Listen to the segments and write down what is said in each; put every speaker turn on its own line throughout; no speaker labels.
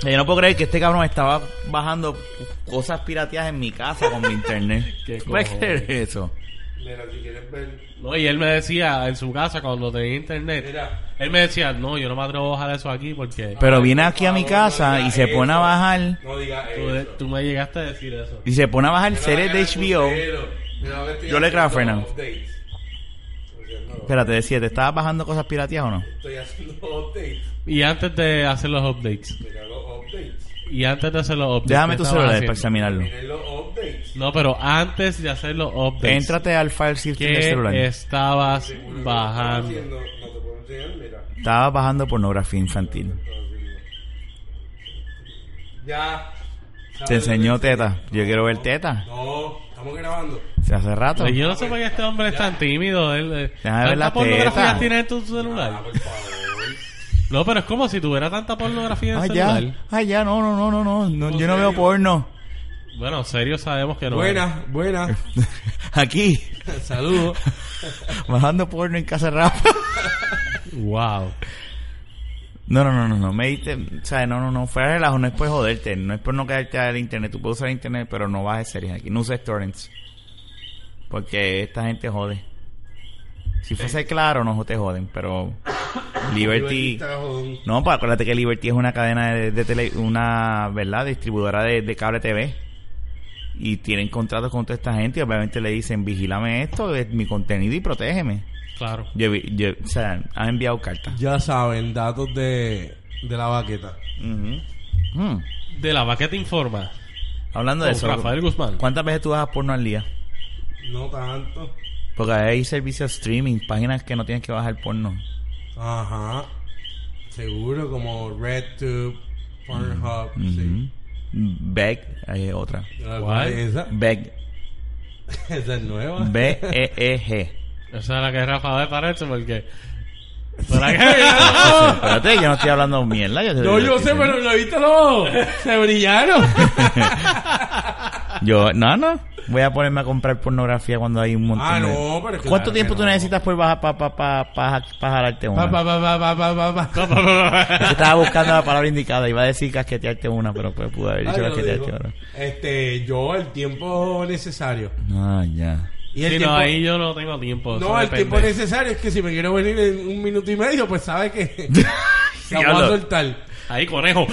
sea, yo no puedo creer que este cabrón estaba bajando cosas pirateadas en mi casa con mi internet.
Qué
¿Puedes creer eso?
Mira, si quieres ver.
No, y él me decía en su casa cuando tenía internet,
Mira. Ah,
él me decía, no, yo no me atrevo a bajar eso aquí porque
Pero
Ay,
viene
por
aquí a mi
favor,
casa
no
y se
digas
pone a
eso.
bajar
No digas
tú,
eso.
tú me llegaste a decir eso.
y se pone a bajar
Mira
series
la cara
de HBO.
putero. Mira, a ver, estoy
Yo le creo a
haciendo
Fernando.
updates. Estoy haciendo-
Espérate, decía, ¿te estabas bajando cosas pirateadas o no?
Estoy haciendo updates.
Y antes de hacer los updates,
Mira los updates.
y antes de hacer los updates,
Déjame
¿qué
tu
estabas
celular para
haciendo?
examinarlo.
Miren los updates.
No, pero antes de hacer los updates,
Éntrate al file system del
Pues, ¿qué
celular.
estabas
Seguro que
bajando?
lo estoy haciendo, No te puedo enseñar, mira.
Estaba bajando pornografía infantil.
Ya.
Te enseñó teta. Yo quiero ver teta.
No, estamos grabando.
Se hace rato.
Pues yo no sé por qué este hombre es tan tímido. Él, eh,
Deja de ver la
¿Tanta pornografía
teta.
tienes en tu
Ah,
celular?
por favor.
No, pero es como si tuviera tanta pornografía en el
Ay, Ah, ya.
celular.
Ay, ya. No, no, no, no, no. No, yo no veo porno.
Bueno, serio sabemos que no.
Buenas, buenas.
Aquí.
Saludos.
Bajando porno en casa rap.
Wow.
No, no, no, no, no. Me diste, o sea, no, no, no. Fuera de relajo, no es por joderte, no es por no quedarte al internet. Tú puedes usar internet, pero no bajes series aquí. No uses torrents. Porque esta gente jode. Si fuese claro, no te joden, pero Liberty.
Está jodón.
No, pues acuérdate que Liberty es una cadena de, de tele, una, ¿verdad? Distribuidora de, de cable TV. Y tienen contratos con toda esta gente y obviamente le dicen, vigílame esto, es mi contenido y protégeme.
Claro.
Yo, vi- yo- o sea, han enviado cartas.
Ya saben, datos de, de la baqueta.
Ujú. Mm.
De la vaqueta informa.
Hablando
Oh,
de
Con
eso,
Rafael Guzmán.
¿cuántas veces tú bajas porno al día?
No tanto.
Porque hay servicios streaming, páginas que no tienes que bajar porno.
Ajá. Seguro, como RedTube, Pornhub,
Mm, mm-hmm.
sí.
Beg, hay otra.
¿Cuál?
Esa,
Beg, E
esa es nueva.
B-E-E-G.
Esa es la que Rafa va a pararse porque... ¿Para qué?
Espérate, yo no estoy hablando mierda. Yo,
No, yo
estoy
sé,
diciendo-
pero lo viste los Se brillaron.
Yo, no, no. Voy a ponerme a comprar pornografía cuando hay un montón
ah,
de-
no, pero es que
¿Cuánto
claro
tiempo
que
tú
no.
necesitas por bajar para pa, pa, pa, pa jalarte una?
Pa, pa, pa, pa, pa, pa, pa, pa.
Yo estaba buscando la palabra indicada. Iba a decir casquetearte una, pero pues, pude haber dicho
Ah, yo lo
casquetearte
digo.
otra.
Este, yo el tiempo necesario.
Ah, ya.
Y el
Sí,
tiempo,
no, ahí yo no tengo tiempo.
no,
eso
el
depende.
tiempo necesario es que si me quiero venir en un minuto y medio, pues sabe que la voy a
Diablo.
soltar.
Ahí, conejo.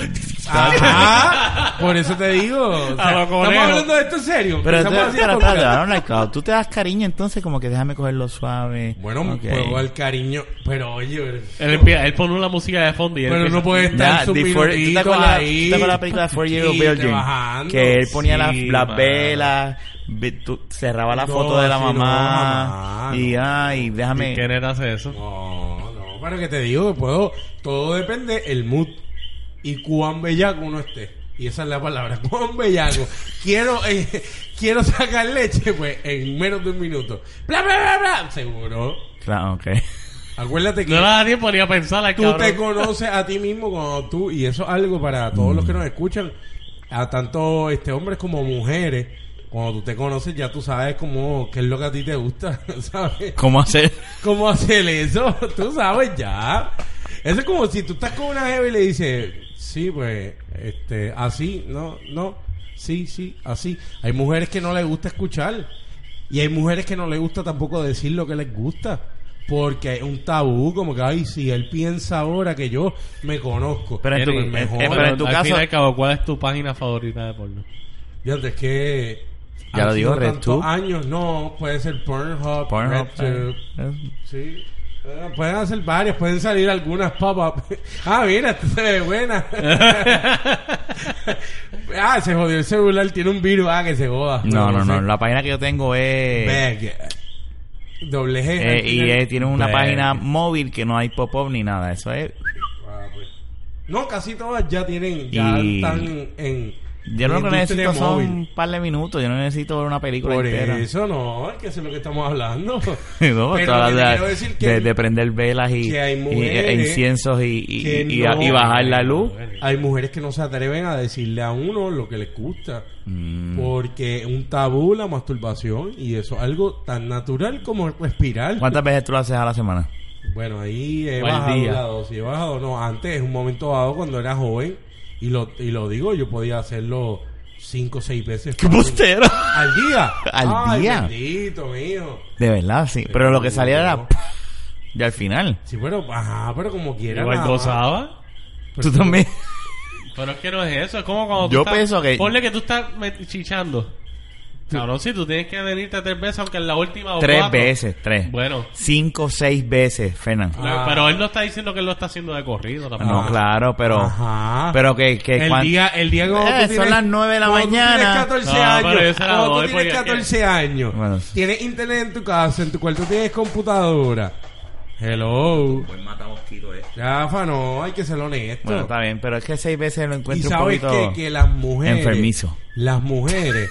Ajá, por eso te digo.
A
o sea,
lo
estamos
conejo.
hablando de esto en serio.
Pero
Estamos
entonces, espera,
haciendo podcast.
espera, ahora no hay clavo. tú te das cariño, entonces como que déjame cogerlo suave.
Bueno, pues,
Ok.
juego al cariño. Pero oye, pero,
Él, empie- él pone una música de fondo y él
pero
empieza-
no puede
Ya,
estar su
the four- ¿tú te
minutito
acuerdas-
ahí.
tú te acuerdas la película de Four Year Old
Sí,
Virgin?
trabajando.
Que él ponía las,
Sí,
las
mano.
velas, ve- tú- cerraba la
No,
foto de la
así no,
mamá.
mamá,
y ay, déjame.
¿Qué neta hace eso?
No, no, pero que te digo que puedo. Todo depende el mood y cuán bellaco uno esté. Y esa es la palabra, cuán bellaco. Quiero, eh, quiero sacar leche, pues, en menos de un minuto. Bla, bla, bla, bla. Seguro.
Claro, ok.
Acuérdate que
No le da tiempo ni a pensar al
tú
cabrón. Eh,
te conoces a ti mismo cuando tú, y eso es algo para todos los que nos escuchan, a tanto este hombres como mujeres. Cuando tú te conoces, ya tú sabes cómo, qué es lo que a ti te gusta, ¿sabes?
¿Cómo hacer?
¿Cómo hacer eso? Tú sabes ya. Eso es como si tú estás con una jeva y le dices, sí, pues, este, así, no, no, sí, sí, así. Hay mujeres que no les gusta escuchar. Y hay mujeres que no les gusta tampoco decir lo que les gusta. Porque es un tabú, como que, ay, si él piensa ahora que yo me conozco.
Pero en tu,
Eres
en-
mejor.
eh, pero en tu
al
caso,
fin y al cabo, ¿cuál es tu página favorita de porno?
Ya es que.
Ya
han
lo dijo,
sido
Red
tantos
Tube.
años, no, puede ser Pornhub,
Pornhub,
Red Tube.
eh,
Sí. Eh, Pueden hacer varias, pueden salir algunas pop-up. Ah, mira, esta se ve buena. ah, se jodió el celular, tiene un virus. Ah, que se joda.
No, no, no.
sé.
La página que yo tengo es.
Ve, que- Doble G.
eh,
al
y
final.
eh, tiene una
Ve.
página móvil que no hay pop-up ni nada. Eso es.
Ah, pues. No, casi todas ya tienen, ya
Y-
están en.
Yo lo
en
que
industria
necesito son
móvil.
un par de minutos. Yo no necesito ver una película
Por
entera.
eso no, es que eso es lo que estamos hablando.
No,
Pero
todas
lo que
las-
te quiero decir que
de, de prender velas y,
que hay
y-
mujeres
e inciensos y, y-
que
y- y-
no-
y bajar la luz.
Hay mujeres que no se atreven a decirle a uno lo que les gusta.
Mm.
Porque es un tabú la masturbación y eso es algo tan natural como respirar.
¿Cuántas veces tú lo haces a la semana?
Bueno, ahí he
O al
bajado
día.
la dosis, he bajado. No, antes, en un momento dado, cuando era joven, Y lo, y lo digo, yo podía hacerlo cinco o seis veces.
¡Qué bustero!
¡Al día!
Al
Ay,
día.
bendito, mijo.
De verdad, sí. Pero lo que salía era... Y al final.
Sí, pero, ajá, pero como quiera.
Igual
nada más.
gozaba.
Pues
Tú también...
Pero es que no es eso, es como cuando tú
Yo
estás-
pienso que-
Ponle que tú estás me- chichando. Cabrón, si tú tienes que venirte tres veces, aunque en la última o
Tres
cuatro.
veces, tres.
Bueno,
Cinco o seis veces, Fernan.
Ah,
la- pero él no está diciendo que él lo está haciendo de corrido tampoco.
no, claro, pero...
Ajá.
Pero que... que
el,
cuan-
día, el día como
Eh,
tú
son
tienes-
las nueve de la
cuando tú tienes
mañana.
14
No,
años.
pero yo se la
cuando
doy
tú tienes
porque-
14 años.
Bueno.
Tienes internet en tu casa, en tu cuarto tienes computadora. Hello.
Buen matamosquito, eh.
Rafa, no, hay que ser honesto.
Bueno, está bien, pero es que seis veces lo
y
encuentro un
sabes
poquito...
que, que las mujeres.
enfermizo.
Las mujeres.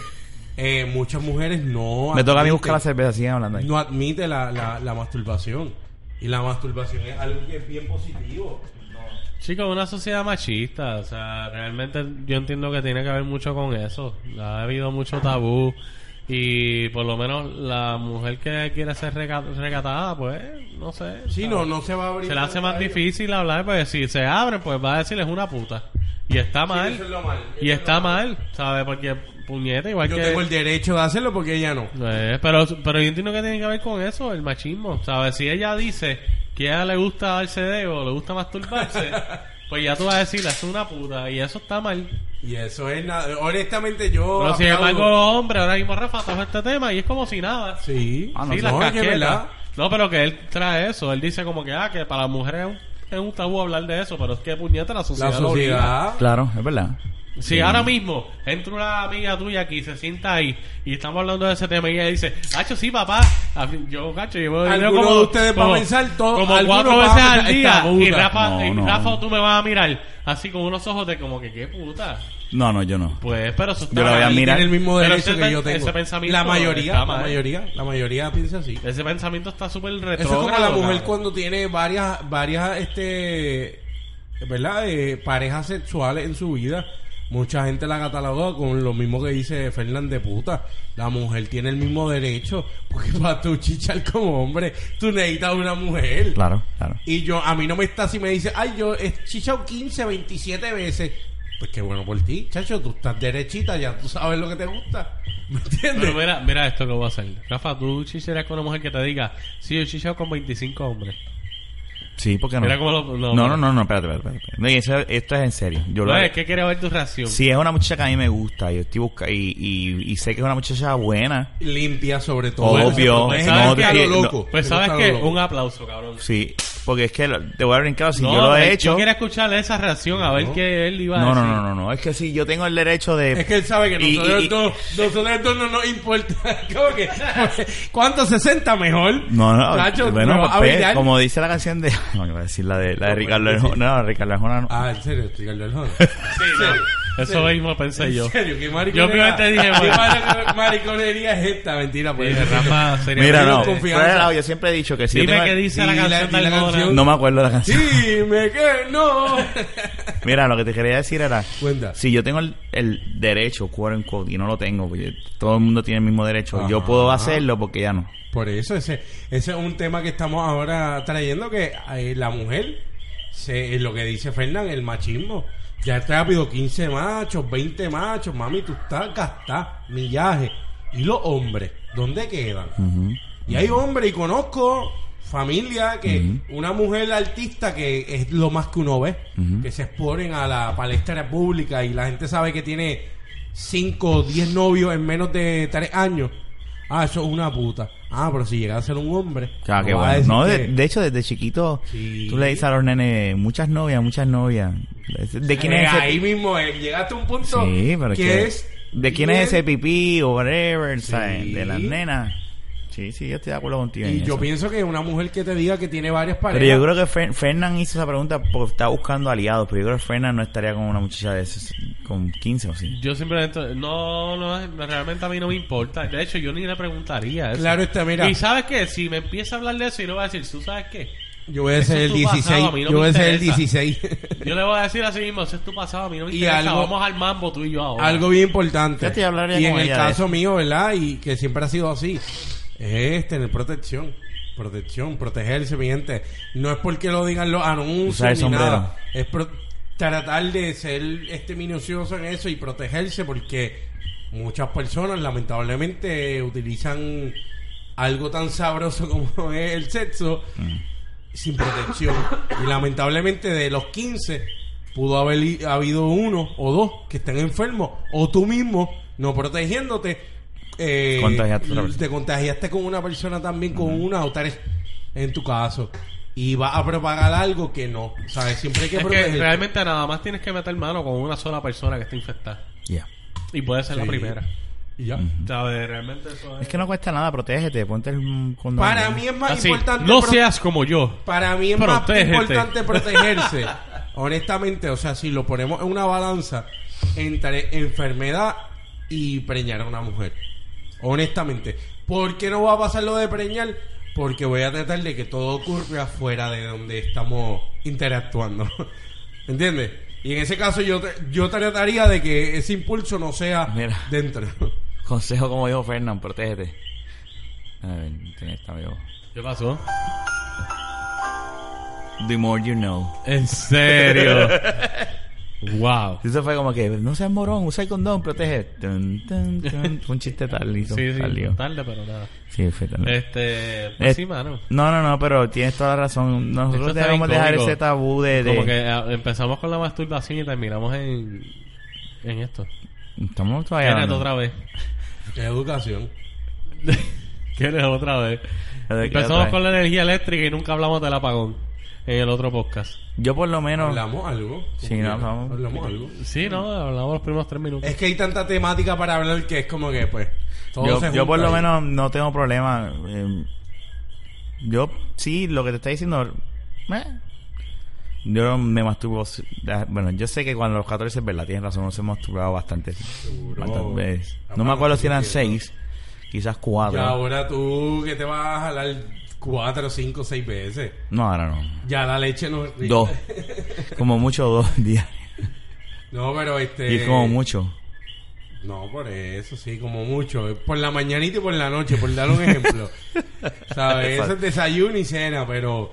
eh, muchas mujeres no.
Me toca a mí
admiten-
buscar la cerveza, sigan hablando ahí.
No admite la, la, la masturbación. Y la masturbación es algo que es bien positivo.
Chicos, una sociedad machista, o sea, realmente yo entiendo que tiene que ver mucho con eso. Ha habido mucho tabú y por lo menos la mujer que quiere ser reca- recatada, pues, no sé.
Sí,
¿sabes?
no, no se va a abrir.
Se le hace más
para ellos.
difícil hablar, pues si se abre, pues va a decirles una puta. Y está mal.
Eso es lo mal.
Y está mal, ¿sabes? Porque puñeta, igual
Yo
que...
tengo el derecho de hacerlo porque ella no.
Eh, pero, pero yo entiendo que tiene que ver con eso, el machismo. ¿Sabes? Si ella dice que a ella le gusta darse de o le gusta masturbarse, pues ya tú vas a decirle, es una puta. Y eso está mal.
Y eso es nada. Honestamente, yo.
Pero sin
aplaudo-
embargo, los hombres ahora mismo Rafa toca este tema y es como si nada.
Sí.
Ah,
Sí,
no,
las
es que es
casquetas.
verdad.
No, pero que él trae eso. Él dice como que, ah, que para las mujeres es un, es un tabú hablar de eso, pero es que puñeta la sociedad.
La
lo obliga.
sociedad.
Claro, es verdad.
Si ahora mismo entra una amiga tuya aquí, se sienta ahí y estamos hablando de ese tema y ella dice, Hacho, sí, papá. A mí- Yo, Hacho, yo me
Alguno
como,
de ustedes va a
como-
pensar todo-
como
alguno
cuatro
va a
veces
pensar
al
esta
día
puta.
y Rafa,
No,
y
no.
Rafa, tú me vas a mirar así con unos ojos de como que, qué puta.
No, no, yo no.
Pues, pero eso está
Yo la voy a
mal.
mirar.
Tiene el mismo
Pero
derecho
ese
que
pen-
yo tengo.
ese pensamiento
la mayoría,
está
la
mal.
mayoría, la mayoría piensa así.
Ese pensamiento está súper
Eso es
retrógrado.
como la mujer
cabrón.
cuando tiene varias, varias, este, ¿verdad? Eh, parejas sexuales en su vida. Mucha gente la cataloga con lo mismo que dice Fernández de puta. La mujer tiene el mismo derecho, porque para tú chichar como hombre, tú necesitas una mujer.
Claro, claro.
Y yo, a mí no me está si me dice, ay, yo he chichado 15, 27 veces. Pues qué bueno por ti, chacho, tú estás derechita, ya tú sabes lo que te gusta. ¿Me entiendes?
Pero mira, mira esto que voy a hacer. Rafa, tú chicheras con una mujer que te diga, sí, yo chicheo con 25 hombres.
Sí, porque no.
Mira cómo lo- lo-
no, no, no, no, espérate, espérate. espérate. No, y eso- esto es en serio. Yo lo
No, es que quiero ver tu reacción.
Si es una muchacha que a mí me gusta, yo estoy busca y, y, y sé que es una muchacha buena.
Limpia sobre todo.
Obvio.
Pues,
No,
¿sabes
sí,
qué? A lo
no.
loco.
Pues
Me
sabes
gusta
que
lo loco.
un aplauso, cabrón.
Sí, porque es que lo- te voy a brincar si
No,
yo lo
pero
he hecho.
Yo quería escucharle esa reacción a ver qué él iba a
No, no,
decir.
no, no, no, es que sí, yo tengo el derecho de
Es que él sabe que
Y-
nosotros,
y-
dos, nosotros dos no nos importa. ¿Cómo que? ¿Cuánto 60 mejor?
No, no,
Chacho,
bueno,
me vas a
pues,
bailar.
como dice la canción de no, iba a decir la de la de Ricardo
pues,
Arjona, no, Ricardo Arjona no.
Ah, en serio, estoy Carlos Arjona.
Sí, no. Eso mismo pensé yo.
En serio, qué
Yo
mariconería.
primero te dije,
¿Qué
bueno.
marico- mariconería es esta? Mentira, pues.
Dije, Rafa, sería
Mira,
yo
no,
tengo confianza.
fuera de lado, yo siempre he dicho que si yo
Dime
tengo-
qué dice la
Dile-
canción de
dile la
Almona.
canción.
no me acuerdo la canción.
Dime que no.
Mira, lo que te quería decir era
Cuenta.
Si yo tengo el, el derecho, quote unquote, y no lo tengo, porque todo el mundo tiene el mismo derecho, yo
Ajá.
puedo hacerlo porque ya no.
Por eso, ese, ese es un tema que estamos ahora trayendo, que eh, la mujer, se, es lo que dice Fernán, el machismo. Ya está rápido, 15 machos, 20 machos, mami, tú estás gastada, millaje. ¿Y los hombres? ¿Dónde quedan? Y hay hombres, y conozco familia que una mujer artista que es lo más que uno ve, que se exponen a la palestra pública y la gente sabe que tiene 5 o 10 novios en menos de 3 años. Ah, eso es una puta. Ah, pero si llega a ser un hombre.
Ah, qué
no va
bueno.
a decir
No, de,
que-
de hecho, desde chiquito,
Sí.
tú le dices a los nenes, muchas novias, muchas novias. ¿De quién
Eh,
es ese
Ahí mismo eh, llegaste a un punto
Sí, pero
que
es que-
es...
¿De quién es ese
bien,
pipí o whatever? ¿sabes?
Sí.
De las nenas. Sí, sí, yo estoy de acuerdo contigo. en
Y yo
eso.
pienso que una mujer que te diga que tiene varias parejas...
Pero yo creo que Fer- Fernan hizo esa pregunta porque está buscando aliados. Pero yo creo que Fernan no estaría con una muchacha de esos, con 15 o así.
Yo simplemente... No, no, realmente a mí no me importa. De hecho, yo ni le preguntaría eso.
Claro está, mira.
Y ¿sabes qué? Si me empieza a hablar de eso y le voy a decir, ¿tú sabes qué?
Yo voy a
Eso
ser
es tu
el
pasado,
16.
a mí no
yo
me
voy a ser el
interesa.
16.
Yo le voy a decir así mismo, eso es tu pasado, a mí no me
Y
interesa.
algo-
Vamos al mambo tú y yo ahora.
Algo bien importante.
Fíjate, yo hablaría
y
con
en el
ella de
caso
eso.
mío, ¿verdad? Y que siempre ha sido así. Es tener protección. Protección, protegerse, mi gente. No es porque lo digan los anuncios
Usar el
ni
sombrero.
nada. Es pro- tratar de ser este minucioso en eso y protegerse porque muchas personas lamentablemente utilizan algo tan sabroso como es el sexo sin protección y lamentablemente de los 15 pudo haber i- habido uno o dos que estén enfermos o tú mismo no protegiéndote eh,
Contagiaste a otra persona.
te contagiaste con una persona también con una o tres en tu caso y vas a propagar algo que no sabes siempre hay que
Es que
proteger
realmente nada más tienes que meter mano con una sola persona que esté infectada.
Ya.
Y puede ser la
Sí.
primera.
Y ya.
¿Sabes? Realmente eso es...
Es que no cuesta nada, protégete, ponte el mm, condón.
para mí es más
Así,
importante
Ah, no
pro-
seas como yo.
Para mí es más
este.
Protégete.
importante protegerse. Honestamente, o sea, si lo ponemos en una balanza entre enfermedad y preñar a una mujer. Honestamente. ¿Por qué no va a pasar lo de preñar? Porque voy a tratar de que todo ocurra fuera de donde estamos interactuando. ¿Entiendes? Y en ese caso yo, tra- yo trataría de que ese impulso no sea
Mira.
dentro.
Consejo como dijo Fernán, protégete. A ver, internet está vivo.
¿Qué pasó?
The more you know.
En serio. wow.
Eso fue como que, no seas morón, usa el condón, protege. Tun, tun, tun. Fue un chiste tal listo.
Sí, sí,
salió.
tarde, pero nada.
Sí, fue tan-
Este, pues
Eh,
sí, mano.
No, no, no, pero tienes toda la razón.
Esto
Nosotros
está
debemos
bien
dejar
cómico.
ese tabú de... eh, de-
Como que ah, empezamos con la masturbación y terminamos en, en esto.
Estamos todavía...
Kenneth
hablando.
otra vez.
¿Qué educación?
Kenneth otra vez.
Lo de que otra
Empezamos
vez.
con la energía eléctrica y nunca hablamos del apagón en el otro podcast.
Yo por lo menos...
¿Hablamos algo?
Sí, no, hablamos.
¿Hablamos algo?
Sí, no, hablamos los primeros tres minutos.
Es que hay tanta temática para hablar que es como que, pues, todo
Yo,
se
yo
junta
por lo
ahí.
menos no tengo problema. eh, yo, sí, lo que te está diciendo... eh, yo me masturbo... si- da- Bueno, yo sé que cuando los 14 es verdad, tienes razón, nos hemos masturbado bastante.
Seguro.
bastantes veces. No
Aparte,
me acuerdo si
sí,
eran
sí,
6, quizás
Y
4.
ahora tú que te vas a jalar cuatro, cinco, seis veces.
No, ahora no.
Ya la leche no...
Dos. Como mucho dos días.
No, pero este...
Y como mucho.
No, por eso, sí, como mucho. Por la mañanita y por la noche, por dar un ejemplo. ¿Sabes? Eso es desayuno y cena, pero...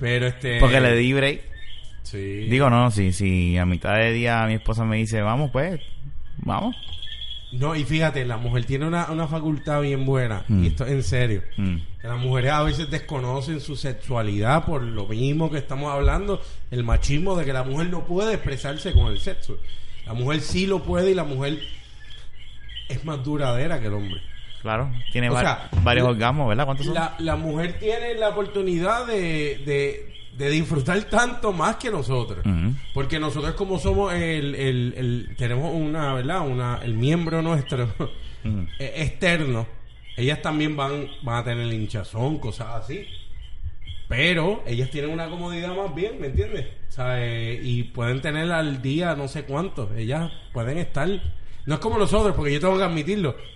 Pero este...
Porque le di break.
Sí.
Digo, no, si, si a mitad de día mi esposa me dice, vamos, pues, vamos.
No, y fíjate, la mujer tiene una, una facultad bien buena.
Mm.
Y esto es en serio.
Mm.
Que Las mujeres a veces desconocen su sexualidad por lo mismo que estamos hablando, el machismo de que la mujer no puede expresarse con el sexo. La mujer sí lo puede y la mujer es más duradera que el hombre.
Claro, tiene
O
var-
sea,
varios
la-
orgasmos, ¿verdad? ¿Cuántos son?
La, la mujer tiene la oportunidad de, de- de disfrutar tanto más que nosotros.
Ujú.
Porque nosotros como somos el, el- el- tenemos una, ¿verdad? Una, el miembro nuestro
Ujú.
eh, externo, ellas también van, van a tener hinchazón, cosas así. Pero ellas tienen una comodidad más bien, ¿me entiendes? O sea, eh, y pueden tener al día no sé cuántos. Ellas pueden estar. No es como nosotros, porque yo tengo que admitirlo.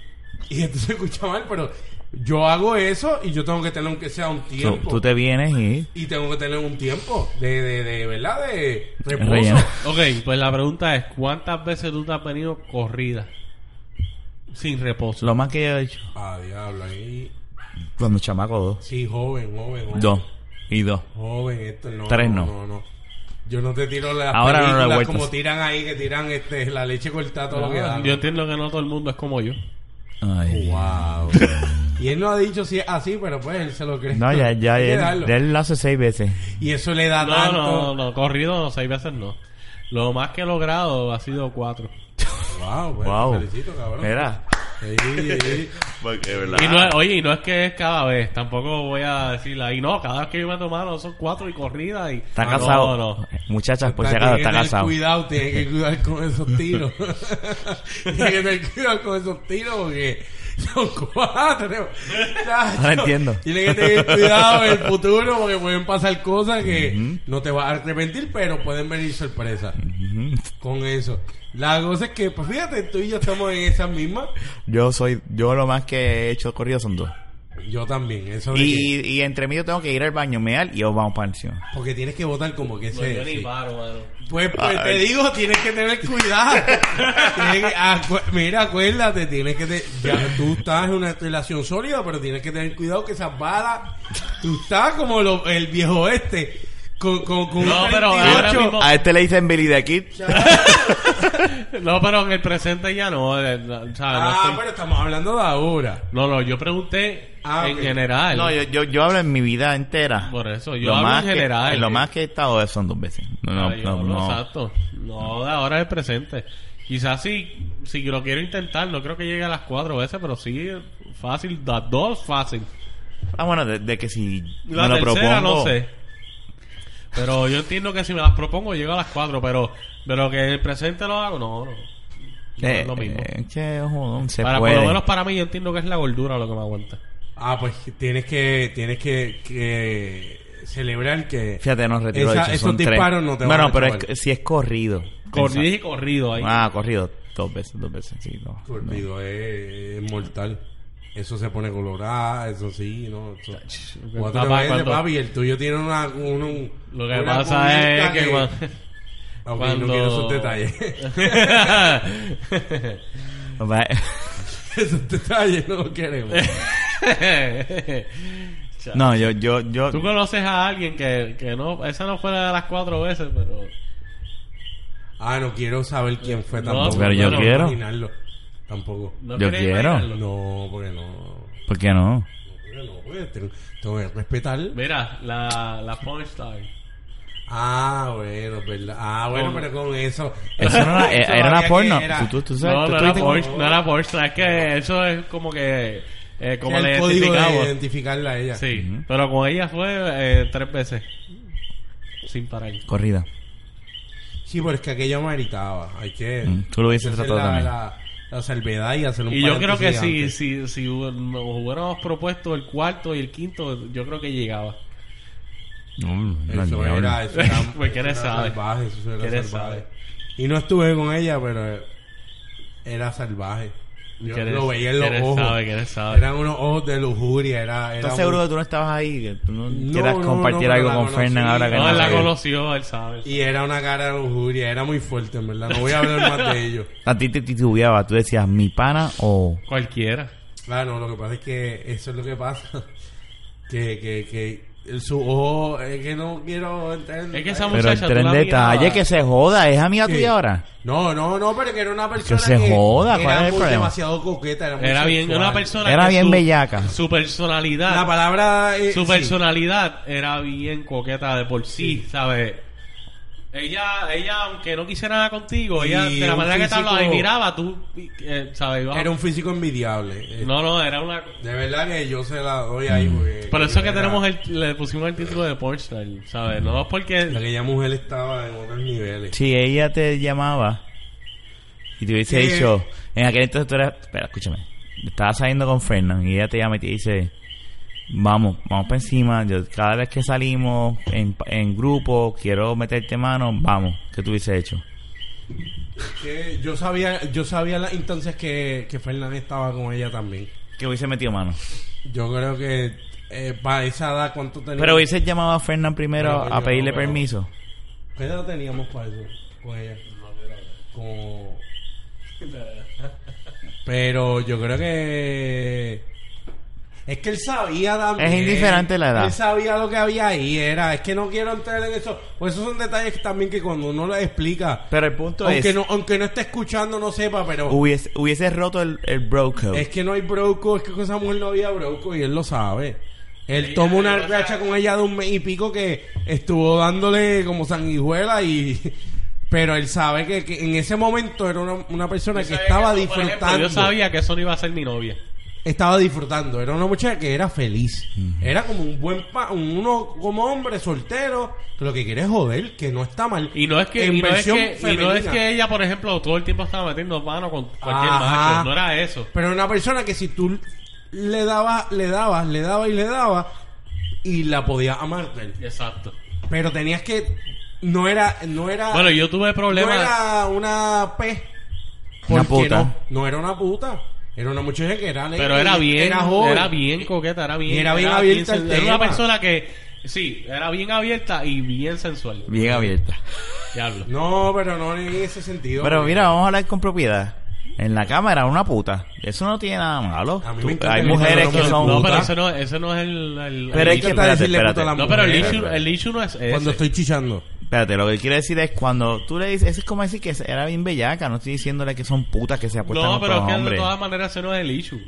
Y esto se escucha mal, pero yo hago eso y yo tengo que tener aunque sea un
Tú,
tiempo.
tú te vienes y...
Y tengo que tener un tiempo de, de, de ¿verdad? De
Relleno.
reposo.
Ok, pues la pregunta es, ¿cuántas veces tú te has venido corrida? Sin reposo.
Lo más que yo he hecho.
Ah, diablo, ahí.
Cuando chamaco, dos.
Sí, joven, joven, joven.
Dos. Y dos.
Joven, esto no.
Tres no.
no, no. Yo no te tiro las
Ahora no le
películas
vueltas.
como tiran ahí, que tiran este, la leche cortada, todo lo
Ah,
que dan.
Yo entiendo que no todo el mundo es como yo.
Ay.
Wow. y él no ha dicho si es así, pero pues él se lo cree.
No, ya, ya,
Hay que
ya,
darlo.
ya él lo hace seis veces.
Y eso le da
No,
tanto.
no, no, corrido seis veces no. Lo más que he logrado ha sido cuatro.
Wow, bueno,
Wow.
te felicito, cabrón.
Mira.
Sí, sí.
Y no es- oye, y no es que es cada vez, tampoco voy a decir ahí, no, cada vez que yo me tomado son cuatro y corrida y...
Está
No,
casado.
No, no.
Muchachas, por si
Tiene
acaso,
que
está
tener
casado.
Cuidado, tiene que cuidar con esos tiros. tiene que tener cuidado con esos tiros porque son cuatro. Chacho,
Ahora entiendo.
Tiene que tener cuidado en el futuro porque pueden pasar cosas que no te vas a arrepentir, pero pueden venir sorpresas
Ujú.
con eso. La cosa es que, pues fíjate, tú y yo estamos en esas mismas.
Yo soy... Yo lo más que he hecho corrido son dos.
Yo también, eso de que-
Y, y entre mí yo tengo que ir al baño, meal y yo vamos para el cine.
porque tienes que votar como que
No,
se...
yo ni
sí.
paro, mano.
Pues, pues te
Ay.
digo, tienes que tener cuidado. Tienes que- acu- mira, acuérdate, tienes que... te- ya, tú estás en una relación sólida, pero tienes que tener cuidado que esas balas... Tú estás como lo- el viejo este, Con, con, con un
No, pero
38.
ahora mismo-
A este le dicen Billy the Kid.
No, pero en el presente ya no. eh, no, ¿sabes? No,
Ah,
estoy-
pero estamos hablando de ahora.
no, no, yo pregunté
Ah,
en
ok.
general.
No, yo, yo, yo hablo en mi vida entera.
Por eso, yo hablo en
que-
general.
lo más que he estado son dos veces. No, no,
Ay,
no,
yo hablo
no.
Exacto. No, de ahora es el presente. Quizás si, si lo quiero intentar, no creo que llegue a las cuatro veces, pero sí, fácil, las dos fácil.
Ah, bueno, de, de que si
La
me lo propongo.
tercera no sé. Pero yo entiendo que si me las propongo, llego a las cuatro, pero, pero que en el presente lo hago, no, no. No
Eh,
es lo mismo.
eh, che, jodón, se
Para, por
puede.
lo menos para mí, yo entiendo que es la gordura lo que me aguanta.
Ah, pues tienes que, tienes que, que celebrar que.
Fíjate, nos retiró
Esa-
de
esos disparos no te van
Bueno,
a
pero
chaval.
es- si es corrido.
Corrido y corrido ahí.
Ah, corrido. Dos veces, dos veces, sí. No,
Corrido eh, es, es mortal. Eso se pone colorado, eso sí, ¿no? Eso- Cuatro
Papá,
veces,
cuando-
papi, el tuyo tiene una. un- un-
Lo que
una
pasa es
cubierta
que cuando-
Ok,
cuando-
no quiero esos detalles.
no. Va-
esos detalles no los queremos.
No, yo, yo, yo.
Tú conoces a alguien que, que no, esa no fue la de las cuatro veces, pero
Ah, no quiero saber quién fue
No,
tampoco.
pero yo
No, no
quiero.
imaginarlo. Tampoco.
no
Yo
quería
quiero.
imaginarlo.
No, porque no.
¿Por qué no?
Porque no, porque tengo, tengo que respetar.
Mira, la, la Punch Star.
Ah, bueno, verdad. Ah, bueno, pero con eso.
Eso no era, eh, era una
Sabía
porno.
que era-
Tú, tú, tú sabes.
No,
tú
no era
tuviste-
Porsche, no era Porsche, es que eso es como que eh, como
el
le
código de
identificamos.
identificarla a ella.
Sí, pero con ella fue eh, tres veces sin parar.
Corrida.
Sí, pero es que aquello meritaba. Hay que.
Mm, tú lo hubieses
hacer
tratado
la,
también.
La, la salvedad y hacer un
Y yo creo que
paréntesis
si,
antes.
si, si hubo- nos hubiéramos propuesto el cuarto y el quinto, yo creo que llegaba.
Mm, no,
Eso
diablo.
era, eso era,
Pues, ¿quién
eso era
sabe?
salvaje, eso era
¿Quién
salvaje.
sabe?
Y no estuve con ella, pero eh, era salvaje. Yo
¿Quién
lo
es-
veía en los
quién
ojos.
sabe? ¿Quién sabe?
Eran unos ojos de lujuria, era, era
¿Estás
un-
seguro que tú no estabas ahí? Que tú no,
No,
quieras
no,
compartir
no,
algo
la
con
conocí.
Fernan ahora que
No,
no.
él la
sabe.
conoció, él sabe.
Y era una cara de lujuria, era muy fuerte, en verdad. No voy a hablar más de ello.
A ti te titubeaba. Tú decías, ¿mi pana o.?
Cualquiera.
Claro, lo que pasa es que eso es lo que pasa. Que, que, que el- su ojo, es que no quiero entender.
Es que esa
Pero
muchacha, tú
entra en
la
detalle
mirabas.
que se joda. ¿Es amiga
Sí.
tuya ahora?
No, no, no, pero que era una persona
se joda,
era
¿cuál es el
muy
problema?
demasiado coqueta, era, muy
Era bien,
sexual.
una persona
Era
que
bien
su-
bellaca.
Su
La
personalidad,
palabra eh,
su
sí.
personalidad era bien coqueta de por sí, ¿sabes? Ella, ella, aunque no quisiera nada contigo,
Y
ella, de la
un
manera que te
físico-
hablaba y miraba, tú, eh, ¿sabes? Ibas-
Era un físico envidiable. eh,
No, no, era una...
De verdad que yo se la doy ahí.
Mm.
Porque
Por eso es que
era-
tenemos el, le pusimos el título de Pornstar, ¿sabes? No es porque...
Aquella mujer estaba en otros niveles.
Si ella te llamaba y te hubiese
Sí.
dicho, en aquel entonces tú eras, espera, escúchame, estaba saliendo con Fernan y ella te llama y te dice, vamos, vamos para encima, yo cada vez que salimos en, en grupo, quiero meterte mano, vamos, ¿qué tú hubiese hecho?
Que yo sabía yo sabía las instancias que, que Fernan estaba con ella también.
Que hubiese metido mano.
Yo creo que eh, para esa edad, ¿cuánto teníamos?
Pero hubiese llamado a Fernan primero
Pero yo
a pedirle
no creo.
permiso.
¿Qué edad teníamos para eso? Con ella. Como... Pero yo creo que... Es que él sabía también.
Es indiferente la edad.
Él sabía lo que había ahí. Era, es que no quiero entrar en eso. Pues esos son detalles que también que cuando uno les explica,
Pero el punto
aunque
es,
no, aunque no esté escuchando, no sepa, pero
hubiese, hubiese roto el, el bro code.
es que no hay broco, es que con esa mujer no había broco y él lo sabe. Él tomó una racha con ella de un mes y pico que estuvo dándole como sanguijuela y... Pero él sabe que, que en ese momento era una, una persona que estaba
Por ejemplo,
disfrutando.
yo sabía que eso no iba a ser mi novia.
Estaba disfrutando. Era una muchacha que era feliz. Era como un buen... Pa, un- uno como hombre soltero que lo que quiere es joder, que no está mal.
Y no es que,
En
y no es
versión
que, y no es
femenina.
que ella, por ejemplo, todo el tiempo estaba metiendo mano con cualquier
Ajá.
macho. No era eso.
Pero una persona que si tú le dabas, le dabas, le dabas y le dabas y la podías amar.
Exacto.
Pero tenías que no era no era
Bueno, yo tuve
no
problemas...
era una p
Una
porque
puta.
No, no era una puta, era una muchacha que era negra
Pero era
y
bien, era,
joven.
bien coqueta, era bien,
Y era bien abierta al
sen- Era una
tema.
persona que, sí, era bien abierta y bien sensual.
Bien abierta.
Diablo.
No, pero no en ese sentido.
Pero
porque-
mira, vamos a hablar con propiedad. En la cama era una puta. Eso no tiene nada malo.
A mí me
Tú-
encanta
hay
que le
mujeres
digan
que
los
son
No, pero
putas.
eso no, eso no es el... el-
Pero es que
el issue.
está
Encanta decirle puto a la
No, pero el
mujer.
issue, el issue no es ese.
Cuando estoy chichando.
Espérate, lo que quiere decir es cuando tú le dices, eso es como decir que era bien bellaca, no estoy diciéndole que son putas que se apuestan
No,
a
pero es
otros
que de
hombres.
todas maneras eso no es el issue.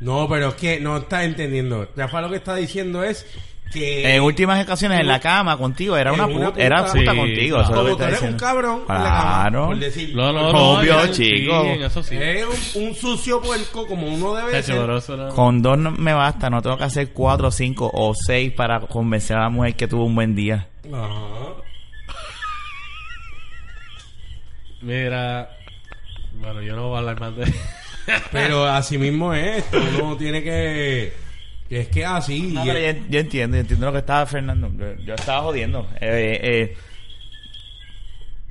No, pero es que no estás entendiendo. Rafa lo que está diciendo es que
En últimas ocasiones en la cama contigo era
En
una
una
puta, era
puta.
puta
Sí,
contigo, eso es lo que
como tú
está
eres un
diciendo.
cabrón en la cama,
Claro.
por decir,
No, no, no.
Obvio,
en- sí,
chico.
en eso sí.
es un, un sucio puerco como uno debe
Chacho,
ser.
pero eso no-
Con dos no me basta, no tengo que hacer cuatro, cinco o seis para convencer a la mujer que tuvo un buen día.
Ajá.
Mira... Bueno, yo no voy a hablar más de...
Pero así mismo es esto, uno tiene que... que es que así.
No,
y
pero
es-
yo, en- yo entiendo, yo entiendo lo que estaba Fernando. Yo, yo estaba jodiendo. Eh, eh,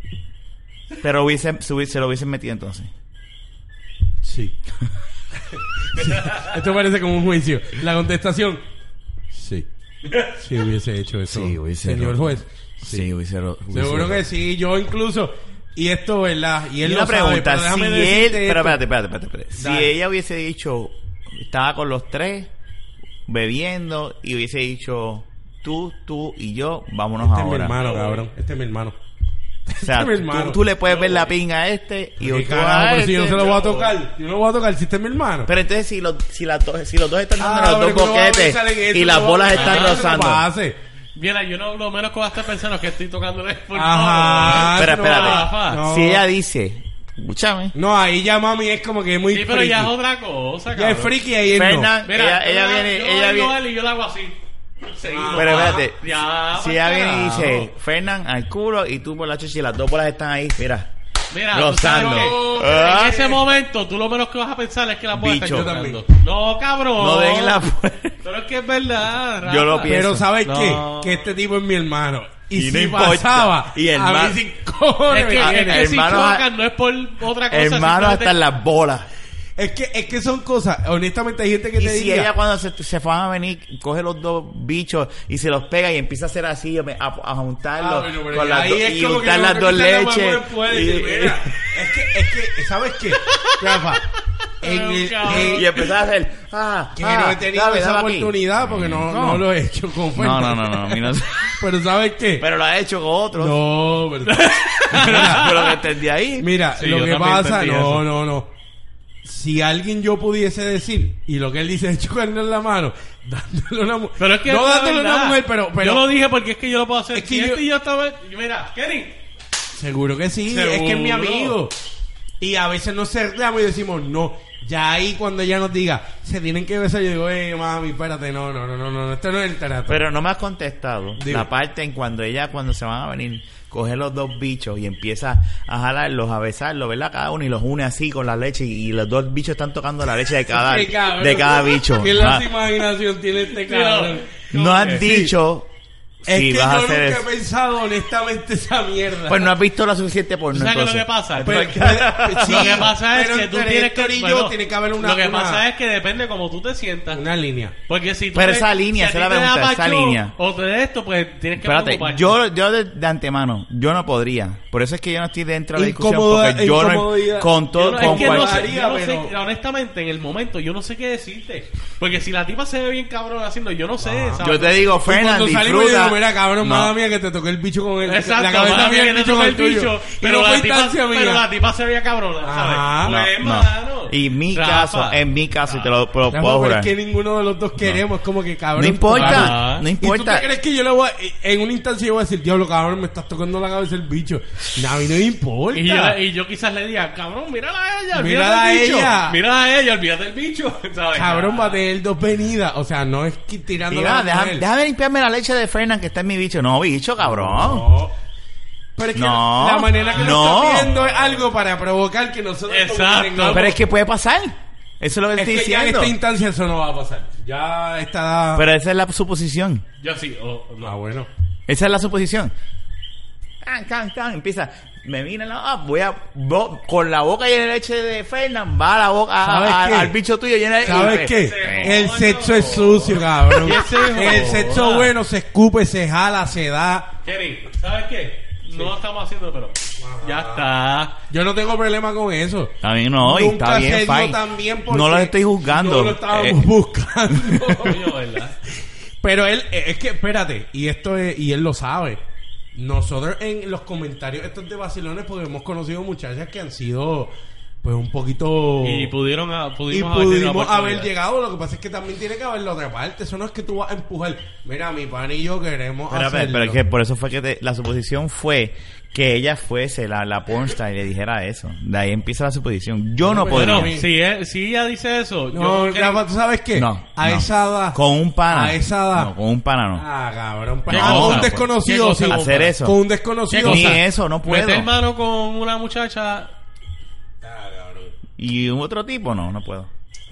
eh. Pero hubiese, se hubiese- se lo hubiesen metido entonces.
Sí. Sí. Esto parece como un juicio. La contestación. Sí. Sí hubiese hecho eso.
Sí, hubiese
Señor
roto.
juez. Sí.
hubiese, lo- hubiese
Seguro
roto.
que sí, yo incluso. Y esto, ¿verdad? Y
Y
él
una
lo sabe,
pregunta,
pero déjame
si
decirte
él... Pero
esto. Este
espérate, espérate, espérate, espérate. Si
Dale.
ella hubiese dicho, estaba con los tres, bebiendo, y hubiese dicho, tú, tú y yo, vámonos
Este es mi
ahora.
hermano, cabrón. Este es mi hermano.
O sea,
Este es mi hermano.
tú, tú le puedes ver la pinga a este y
¿Qué
tú a
carajo? Pero si yo no
este.
se lo voy a tocar. Yo no lo voy a tocar si este es mi hermano.
Pero entonces si, los- si, las dos- si los dos están dando
Ah,
los dos
pero ¿cómo va a
boquetes
pensar en eso?
y las
¿Cómo va a
bolas
pensar
están
en eso?
rozando.
¿Qué pase?
Mira, yo no lo menos que voy a estar pensando es que estoy tocando el pulmón.
Ajá.
Espera,
no,
espérate.
Rafa.
Si ella dice, escúchame,
No, ahí ya mami es como que es muy
Sí, pero ya es
friki.
otra cosa,
Ya
cabrón.
es friki ahí él no.
Fernan, ella, ella
yo-
viene,
yo
ella
vengo
viene.
a él y yo la hago así. Seguimos.
Pero espérate,
Ya,
si ella
para
viene y
carajo.
dice, Fernan al culo y tú por la chucha y las dos bolas están ahí, mira,
Mira, tú sabes
rozando.
que
Ah,
En ese momento, tú lo menos que vas a pensar es que la puedes estar
Bicho.
chocando.
Yo
No, cabrón.
no den la puerta.
Pero es que es verdad. Rafa.
Yo lo pienso.
Pero ¿sabes
No.
qué? Que este tipo es mi hermano. Y,
Y no
si
importa.
pasaba,
Y el
a
ma-
mí sin cojones
Es que,
me
Ah, es
viene.
que si
Hermano, ah,
chocan, no es por otra cosa.
Hermano,
simplemente-
hasta en las bolas.
Es que, es que son cosas, honestamente hay gente que
Y
te
si
diría,
ella cuando se, se van a venir, coge los dos bichos y se los pega y empieza a hacer así, a, a- a juntarlos
Ah, bueno, pero
con
ya
las
ahí
dos-
es
y
como que
juntar
no
las
creo
dos
que sea la más
leches.
buena puede
Y-
decir, mira, es que, es que, ¿sabes qué? Rafa, en
Ay,
el-
cabrón.
en-
y empezar a hacer, ah,
que
ah,
no he tenido
dame,
esa
dame aquí.
oportunidad porque no, no.
No.
lo he hecho con
No, no,
Fernan.
no, no, a mí no sé.
Pero ¿sabes qué?
Pero lo ha hecho con otros.
no, pero...
Pero que entendí ahí.
Mira,
Sí,
lo
yo
que
también
pasa,
entendí
no,
eso.
no, no. Si alguien yo pudiese decir, y lo que él dice es chocarle en la mano, dándole una mujer.
Pero es que
no
es la
dándole una
verdad.
mujer, pero, pero
Yo lo dije porque es que yo lo puedo hacer.
Es que
Si
yo-
este y yo estaba... Mira, Kenny.
seguro que sí, es que es mi
Seguro.
amigo. Y a veces nos cerramos y decimos, no. Ya ahí cuando ella nos diga, se tienen que besar, yo digo, eh, mami, espérate, no, no, no, no, no, esto no es el trato.
Pero no me has contestado
Dime.
la parte en cuando ella, cuando se van a venir, coge los dos bichos y empieza a jalarlos, a besarlos, ¿verdad? Cada uno y los une así con la leche y, y los dos bichos están tocando la leche de cada,
Qué Este cabrón.
de cada bicho.
Qué
Ah,
lástima imaginación tiene este cabrón.
no has dicho
Es
si
que
vas
yo
a
nunca
hacer
he
eso.
pensado honestamente esa mierda.
Pues no has visto lo suficiente por
¿Tú sabes qué es lo que
entonces.
pasa?
Pero-
Porque-
pero- pues, sí,
lo que pasa es
pero
que tú
entre
tienes
Héctor
que...
y
bueno,
yo tiene que haber una
Lo que
una-
pasa es que depende cómo tú te sientas.
una línea.
Porque si tú
Pero
te-
esa línea,
si
esa
a
es
ti
la
te da
pregunta, esa
macho
línea.
O te de esto, pues tienes que
Espérate,
preocuparte.
yo, yo de, de antemano, yo no podría. Por eso es que yo no estoy dentro de la discusión.
Incomoda-
Porque yo no.
incomodidad.
Con todo.
Yo no-
con
es que no
cualquier-
sé, yo no
pero-
sé, honestamente, en el momento, yo no sé qué decirte. Porque si la tipa se ve bien cabrón haciendo, yo no sé.
Ajá.
¿sabes?
Yo te digo,
Y
Fernan,
cuando salimos yo digo,
disfruta.
mira cabrón,
No.
madre mía que te toqué el bicho con el
Exacto,
la cabeza
mala
mía
mía
el
que
bicho
no
con
fue
el tuyo.
pero,
Pero fue
la tipa,
instancia
pero la
mía.
tipa se veía cabrona,
Ajá.
¿sabes?
No,
Pues,
no.
mano.
Y mi
Rafa.
caso, en mi caso, y te lo, lo
Rafa,
puedo
pero
jurar.
es que ninguno de los dos queremos, como que cabrón.
No importa,
Ajá.
no
¿Y tú te
importa.
crees que yo le voy a, eh, en una instancia yo voy a decir, diablo cabrón, me estás tocando la cabeza el bicho? No, a mí no me importa.
Y yo, y yo quizás le diga, cabrón, mírala a ella,
Mírala
olvídate
a
del bicho.
ella.
Mírala a ella, olvídate del bicho. ¿sabes?
Cabrón, va a tener dos venidas. O sea, no es que tirando
Mira,
la
deja- déjame limpiarme la leche de Fernan que está en mi bicho. No, bicho, cabrón.
No. Pero es que
No.
la manera que
No.
lo está viendo es algo para provocar que nosotros
Exacto.
tengamos-
Pero es que puede pasar. Eso es lo que
Es
estoy
que ya en
diciendo.
esta instancia eso no va a pasar. Ya está...
Pero esa es la suposición.
Yo sí, o o no.
Ah, bueno.
Esa es la suposición. Can, can, can. Empieza. Me viene la. ah, voy a. bo- con la boca llena de leche de Fernan, va a la boca. a-
¿Sabes
a-
qué?
al bicho tuyo llena de.
¿Sabes qué? Eh,
se
El
joda.
sexo es sucio, cabrón.
Que se joda.
El sexo bueno se escupe, se jala, se da.
Kenny, ¿sabes qué? No lo estamos haciendo, pero.
Ah.
Ya está.
Yo no tengo problema con eso.
Está bien, no, y
Nunca
está bien,
se dio
fine.
tan bien porque
no los estoy juzgando.
No lo estábamos
Eh,
buscando.
Coño, ¿verdad?
Pero él, eh, es que, espérate, y esto es, y él lo sabe. Nosotros en los comentarios estos de vacilones, porque hemos conocido muchachas que han sido, pues, un poquito...
Y pudieron a-
Oh. y
pudimos, haber tenido
pudimos
la
haber
oportunidad.
llegado, lo que pasa es que también tiene que haber la otra parte. Eso no es que tú vas a empujar. Mira, mi pan y yo queremos
Pero, pero,
hacerlo.
pero es que por eso fue que te- la suposición fue que ella fuese la, la pornstar y le dijera eso. De ahí empieza la suposición. Yo no,
No, pero-
podría.
Bueno, si, eh, si ella dice eso,
No,
yo creo
Rafa, ¿tú sabes qué?
No,
A
no.
esa edad...
Con un pana.
A esa edad.
No, con un pana no.
Ah, cabrón. pa-
¿Qué
ah, con
cosa,
un
pues? ¿Qué
desconocido,
cosa,
sí.
pues?
Hacer eso.
Con un
¿Qué
desconocido.
Ni
cosa?
eso, no puedo.
meter mano con una muchacha
Ah, cabrón.
Y un otro tipo, no, no puedo.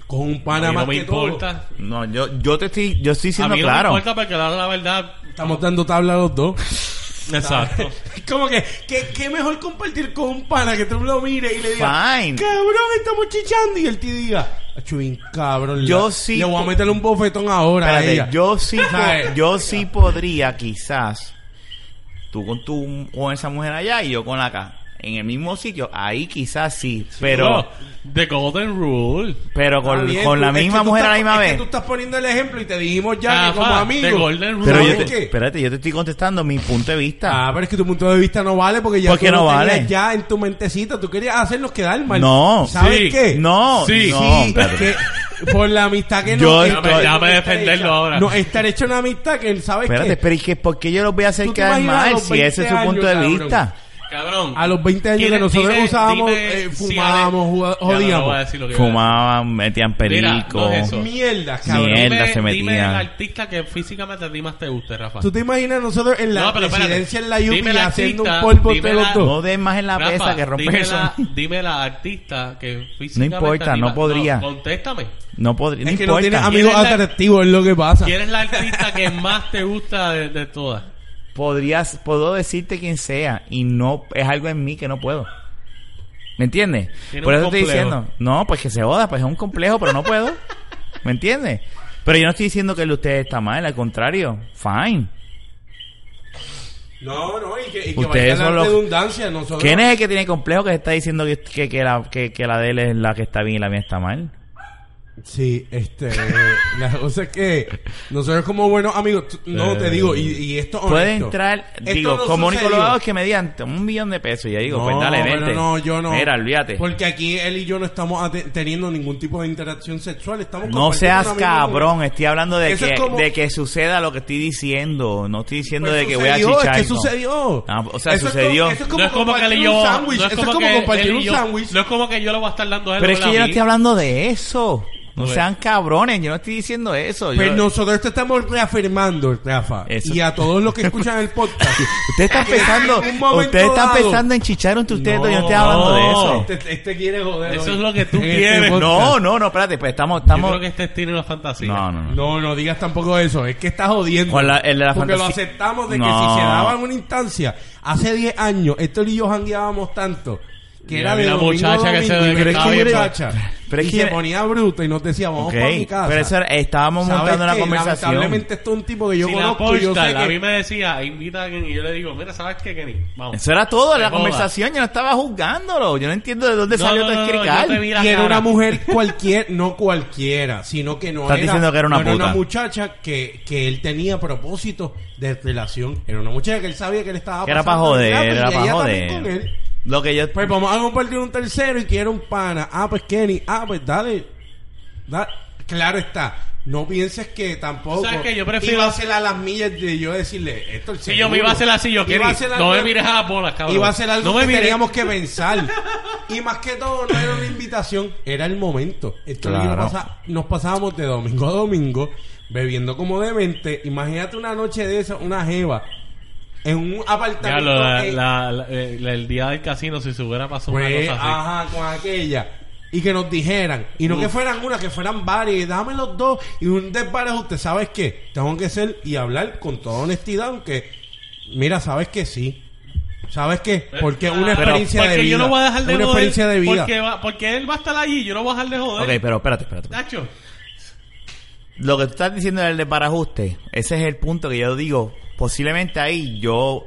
Con un pana
no,
más
no me
que todo.
importa.
No, yo, yo te estoy, yo estoy
A
siendo
mí
claro.
no me importa porque la, la verdad.
Estamos dando tabla a los dos.
Exacto.
Como que, que, que mejor compartir con un pana que tú lo mires y le digas,
Fine.
cabrón, estamos chichando. Y él te diga, chubín, cabrón.
Yo
la-
sí
Le voy a
po-
meterle un bofetón ahora a
Espérate,
ella.
yo sí, po-
¿Sabes?
yo sí podría quizás tú con tu con esa mujer allá y yo con la acá en el mismo sitio, ahí quizás sí, pero
No, the Golden Rule.
pero con,
Está bien,
con
tú-
la
es que
misma
tú
mujer
estás-
a la misma
es que
vez. Ah,
tú estás poniendo el ejemplo y te dijimos ya
Rafa,
que como
the
amigos.
Golden Rule.
Pero yo
¿sabes
te-
qué?
espérate, yo te estoy contestando mi punto de vista.
Ah, pero es que tu punto de vista no vale porque ya
¿Por qué
tú lo
no vale?
tenías ya en tu mentecita. Tú querías hacerlos quedar mal.
No.
¿Sabes
Sí.
qué?
no,
Sí,
no,
pues, Sí,
espérate.
que por la amistad que
Yo
no
estoy-
está-
Déjame- déjame
está
defenderlo
hecha.
ahora.
No, estar hecho una amistad que él sabe
espérate,
que
pero es que ¿por qué yo los voy a hacer
¿Tú te
quedar
imaginas a
mal
los
si ese es su
20
punto de
años,
vista?
Cabrón.
a los 20 años
Dile-
que nosotros
dile-
usábamos,
dile
eh,
si
fumábamos,
Ale-
jugá-
Ya, no, no
jodíamos.
voy a decir lo que iba a decir.
Fumaban, metían
Mira,
perico.
no es eso.
mierda, cabrón.
Mierda.
Dime-
se metía.
Dime el artista que físicamente a ti más te guste, Rafa.
¿Tú te imaginas nosotros en la
No, pero espérate.
residencia en la UPI
Dime la
haciendo un
artista,
polvo
dime
de los
la-
dos?
no des más en la
Rafa,
pesa que rompe
dime
eso.
la- Dime la artista que físicamente
importa,
a ti
no
más-
podría.
contéstame.
No podría,
Es
no
que no tienes
importa.
amigos
¿Quién es la-
atractivos, es lo que pasa.
¿Quién es la artista que más te gusta de, de todas?
podrías, puedo decirte quién sea y no es algo en mí que no puedo. ¿Me entiendes?
Tiene
Por
un
eso estoy
complejo.
diciendo, no, pues que se joda, pues es un complejo, pero no puedo. ¿Me entiendes? Pero yo no estoy diciendo que el de ustedes está mal, al contrario, fine.
No, no, y que, y
Ustedes
vaya
son
la
los-
redundancia. Nosotros...
¿Quién es el que tiene complejo que se está diciendo que, que, que la, que, que la de él es la que está bien y la mía está mal?
Sí, este. la cosa es que nosotros, como buenos amigos, tú- no te digo, y, y esto.
Eh, Puede
honesto.
entrar,
Esto
digo,
no
como único
sucedió.
lo hago es que me digan "Toma un millón de pesos y ya digo,
No,
pues dale,
pero
vente.
no, yo no.
Mira, olvídate.
Porque aquí él y yo no estamos ate- teniendo ningún tipo de interacción sexual. Estamos
No
compartiendo
seas
una misma-
cabrón, estoy hablando de
Eso es
que,
como-
de que suceda lo que estoy diciendo. No estoy diciendo
Pues
de que voy a
sucedió,
chichar.
Es que
no.
sucedió.
Ah, o sea,
Eso es como-
sucedió.
eso
No es como que
compartir
le
un
yo.
sándwich.
no es
Eso es
como
como
que
compartir
él y
un
yo-
sándwich.
No es como que yo lo voy a estar dando a él.
Pero es
¿verdad?
que yo no
A mí.
estoy hablando de eso. No
Pues-
sean cabrones, yo no estoy diciendo eso.
Pero
yo-
Pues nosotros te estamos reafirmando, Rafa.
Eso-
Y a todos los que escuchan el podcast.
Ustedes están pensando,
En un momento
ustedes están
dado-
pensando en chichar entre ustedes,
No,
dos, yo no estoy hablando de eso.
Este, este quiere joder.
Eso
hoy.
es lo que tú
En este
quieres.
podcast.
No, no, no, espérate, pues estamos,
Yo
estamos.
creo que este tiene una fantasía.
No, no, no.
No, no digas tampoco eso. Es que estás jodiendo.
Con la- el de la
Porque lo
fantasía-
aceptamos de que
No.
si se daba en una instancia, hace 10 años, Héctor y yo jangueábamos tanto. Que
Y
era
había
de
una
domingo a
muchacha que se-
domingo, y
que
era
estaba
una
bien-
muchacha.
Pero es
y
que-
se ponía bruta y nos decía, vamos
Ok,
para mi casa.
pero eso era- estábamos
¿Sabes
montando una
qué?
conversación.
Lamentablemente esto es un tipo que yo
si la
conozco y yo
porta,
sé
a mí
que...
me decía, invita a Kenny. Y yo le digo, mira, ¿sabes qué, Kenny? Vamos.
Eso era todo, era la
Joda.
conversación, yo no estaba juzgándolo. Yo no entiendo de dónde
No,
salió
no,
todo
no,
el
no, yo
crical.
te vi la
Y era
cara.
una mujer cualquiera, no cualquiera, sino que no
Estás
era,
diciendo que era una
no
puta.
muchacha que, que él tenía propósitos de relación. Era una muchacha que él sabía que él estaba
Que era para
pasando
joder,
el rato pues, y
era para
ella también con
joder.
él.
Lo que yo.
Pues vamos a compartir un tercero y quiero un pana. Ah, pues Kenny. Ah, pues dale. Da- Claro está. No pienses que tampoco.
¿Sabes qué? Yo prefiero-
Iba a hacer a las millas de yo decirle esto.
Si yo me iba a hacer así, yo, Kenny,
Iba a hacer
no
algo-
me mires a las bolas, cabrón.
Iba a ser algo
no me
que
mires.
teníamos que pensar. Y más que todo, no era una invitación, era el momento. Esto es lo que
Claro.
nos, pasa- nos pasábamos de domingo a domingo bebiendo como demente. Imagínate una noche de esa, una jeva, en un
Ya,
apartamento.
lo- la-
en-
la- la- eh, la- el día del casino, si se hubiera pasado
pues,
una cosa así.
ajá, con aquella. Y que nos dijeran, y no que fueran una, que fueran varias, y dame los dos, y un desbarajo, usted sabes qué, tengo que ser y hablar con toda honestidad, aunque, mira, sabes que sí. ¿Sabes qué? Porque es una
Eh, Pero-
experiencia
porque
de vida.
yo no voy a dejar de
una
joder.
experiencia de vida.
Porque, va- porque él va a estar allí, yo no voy a dejar de joder.
Ok, pero espérate, espérate.
Nacho.
Lo que tú estás diciendo es el de parajuste. Ese es el punto que yo digo. Posiblemente ahí yo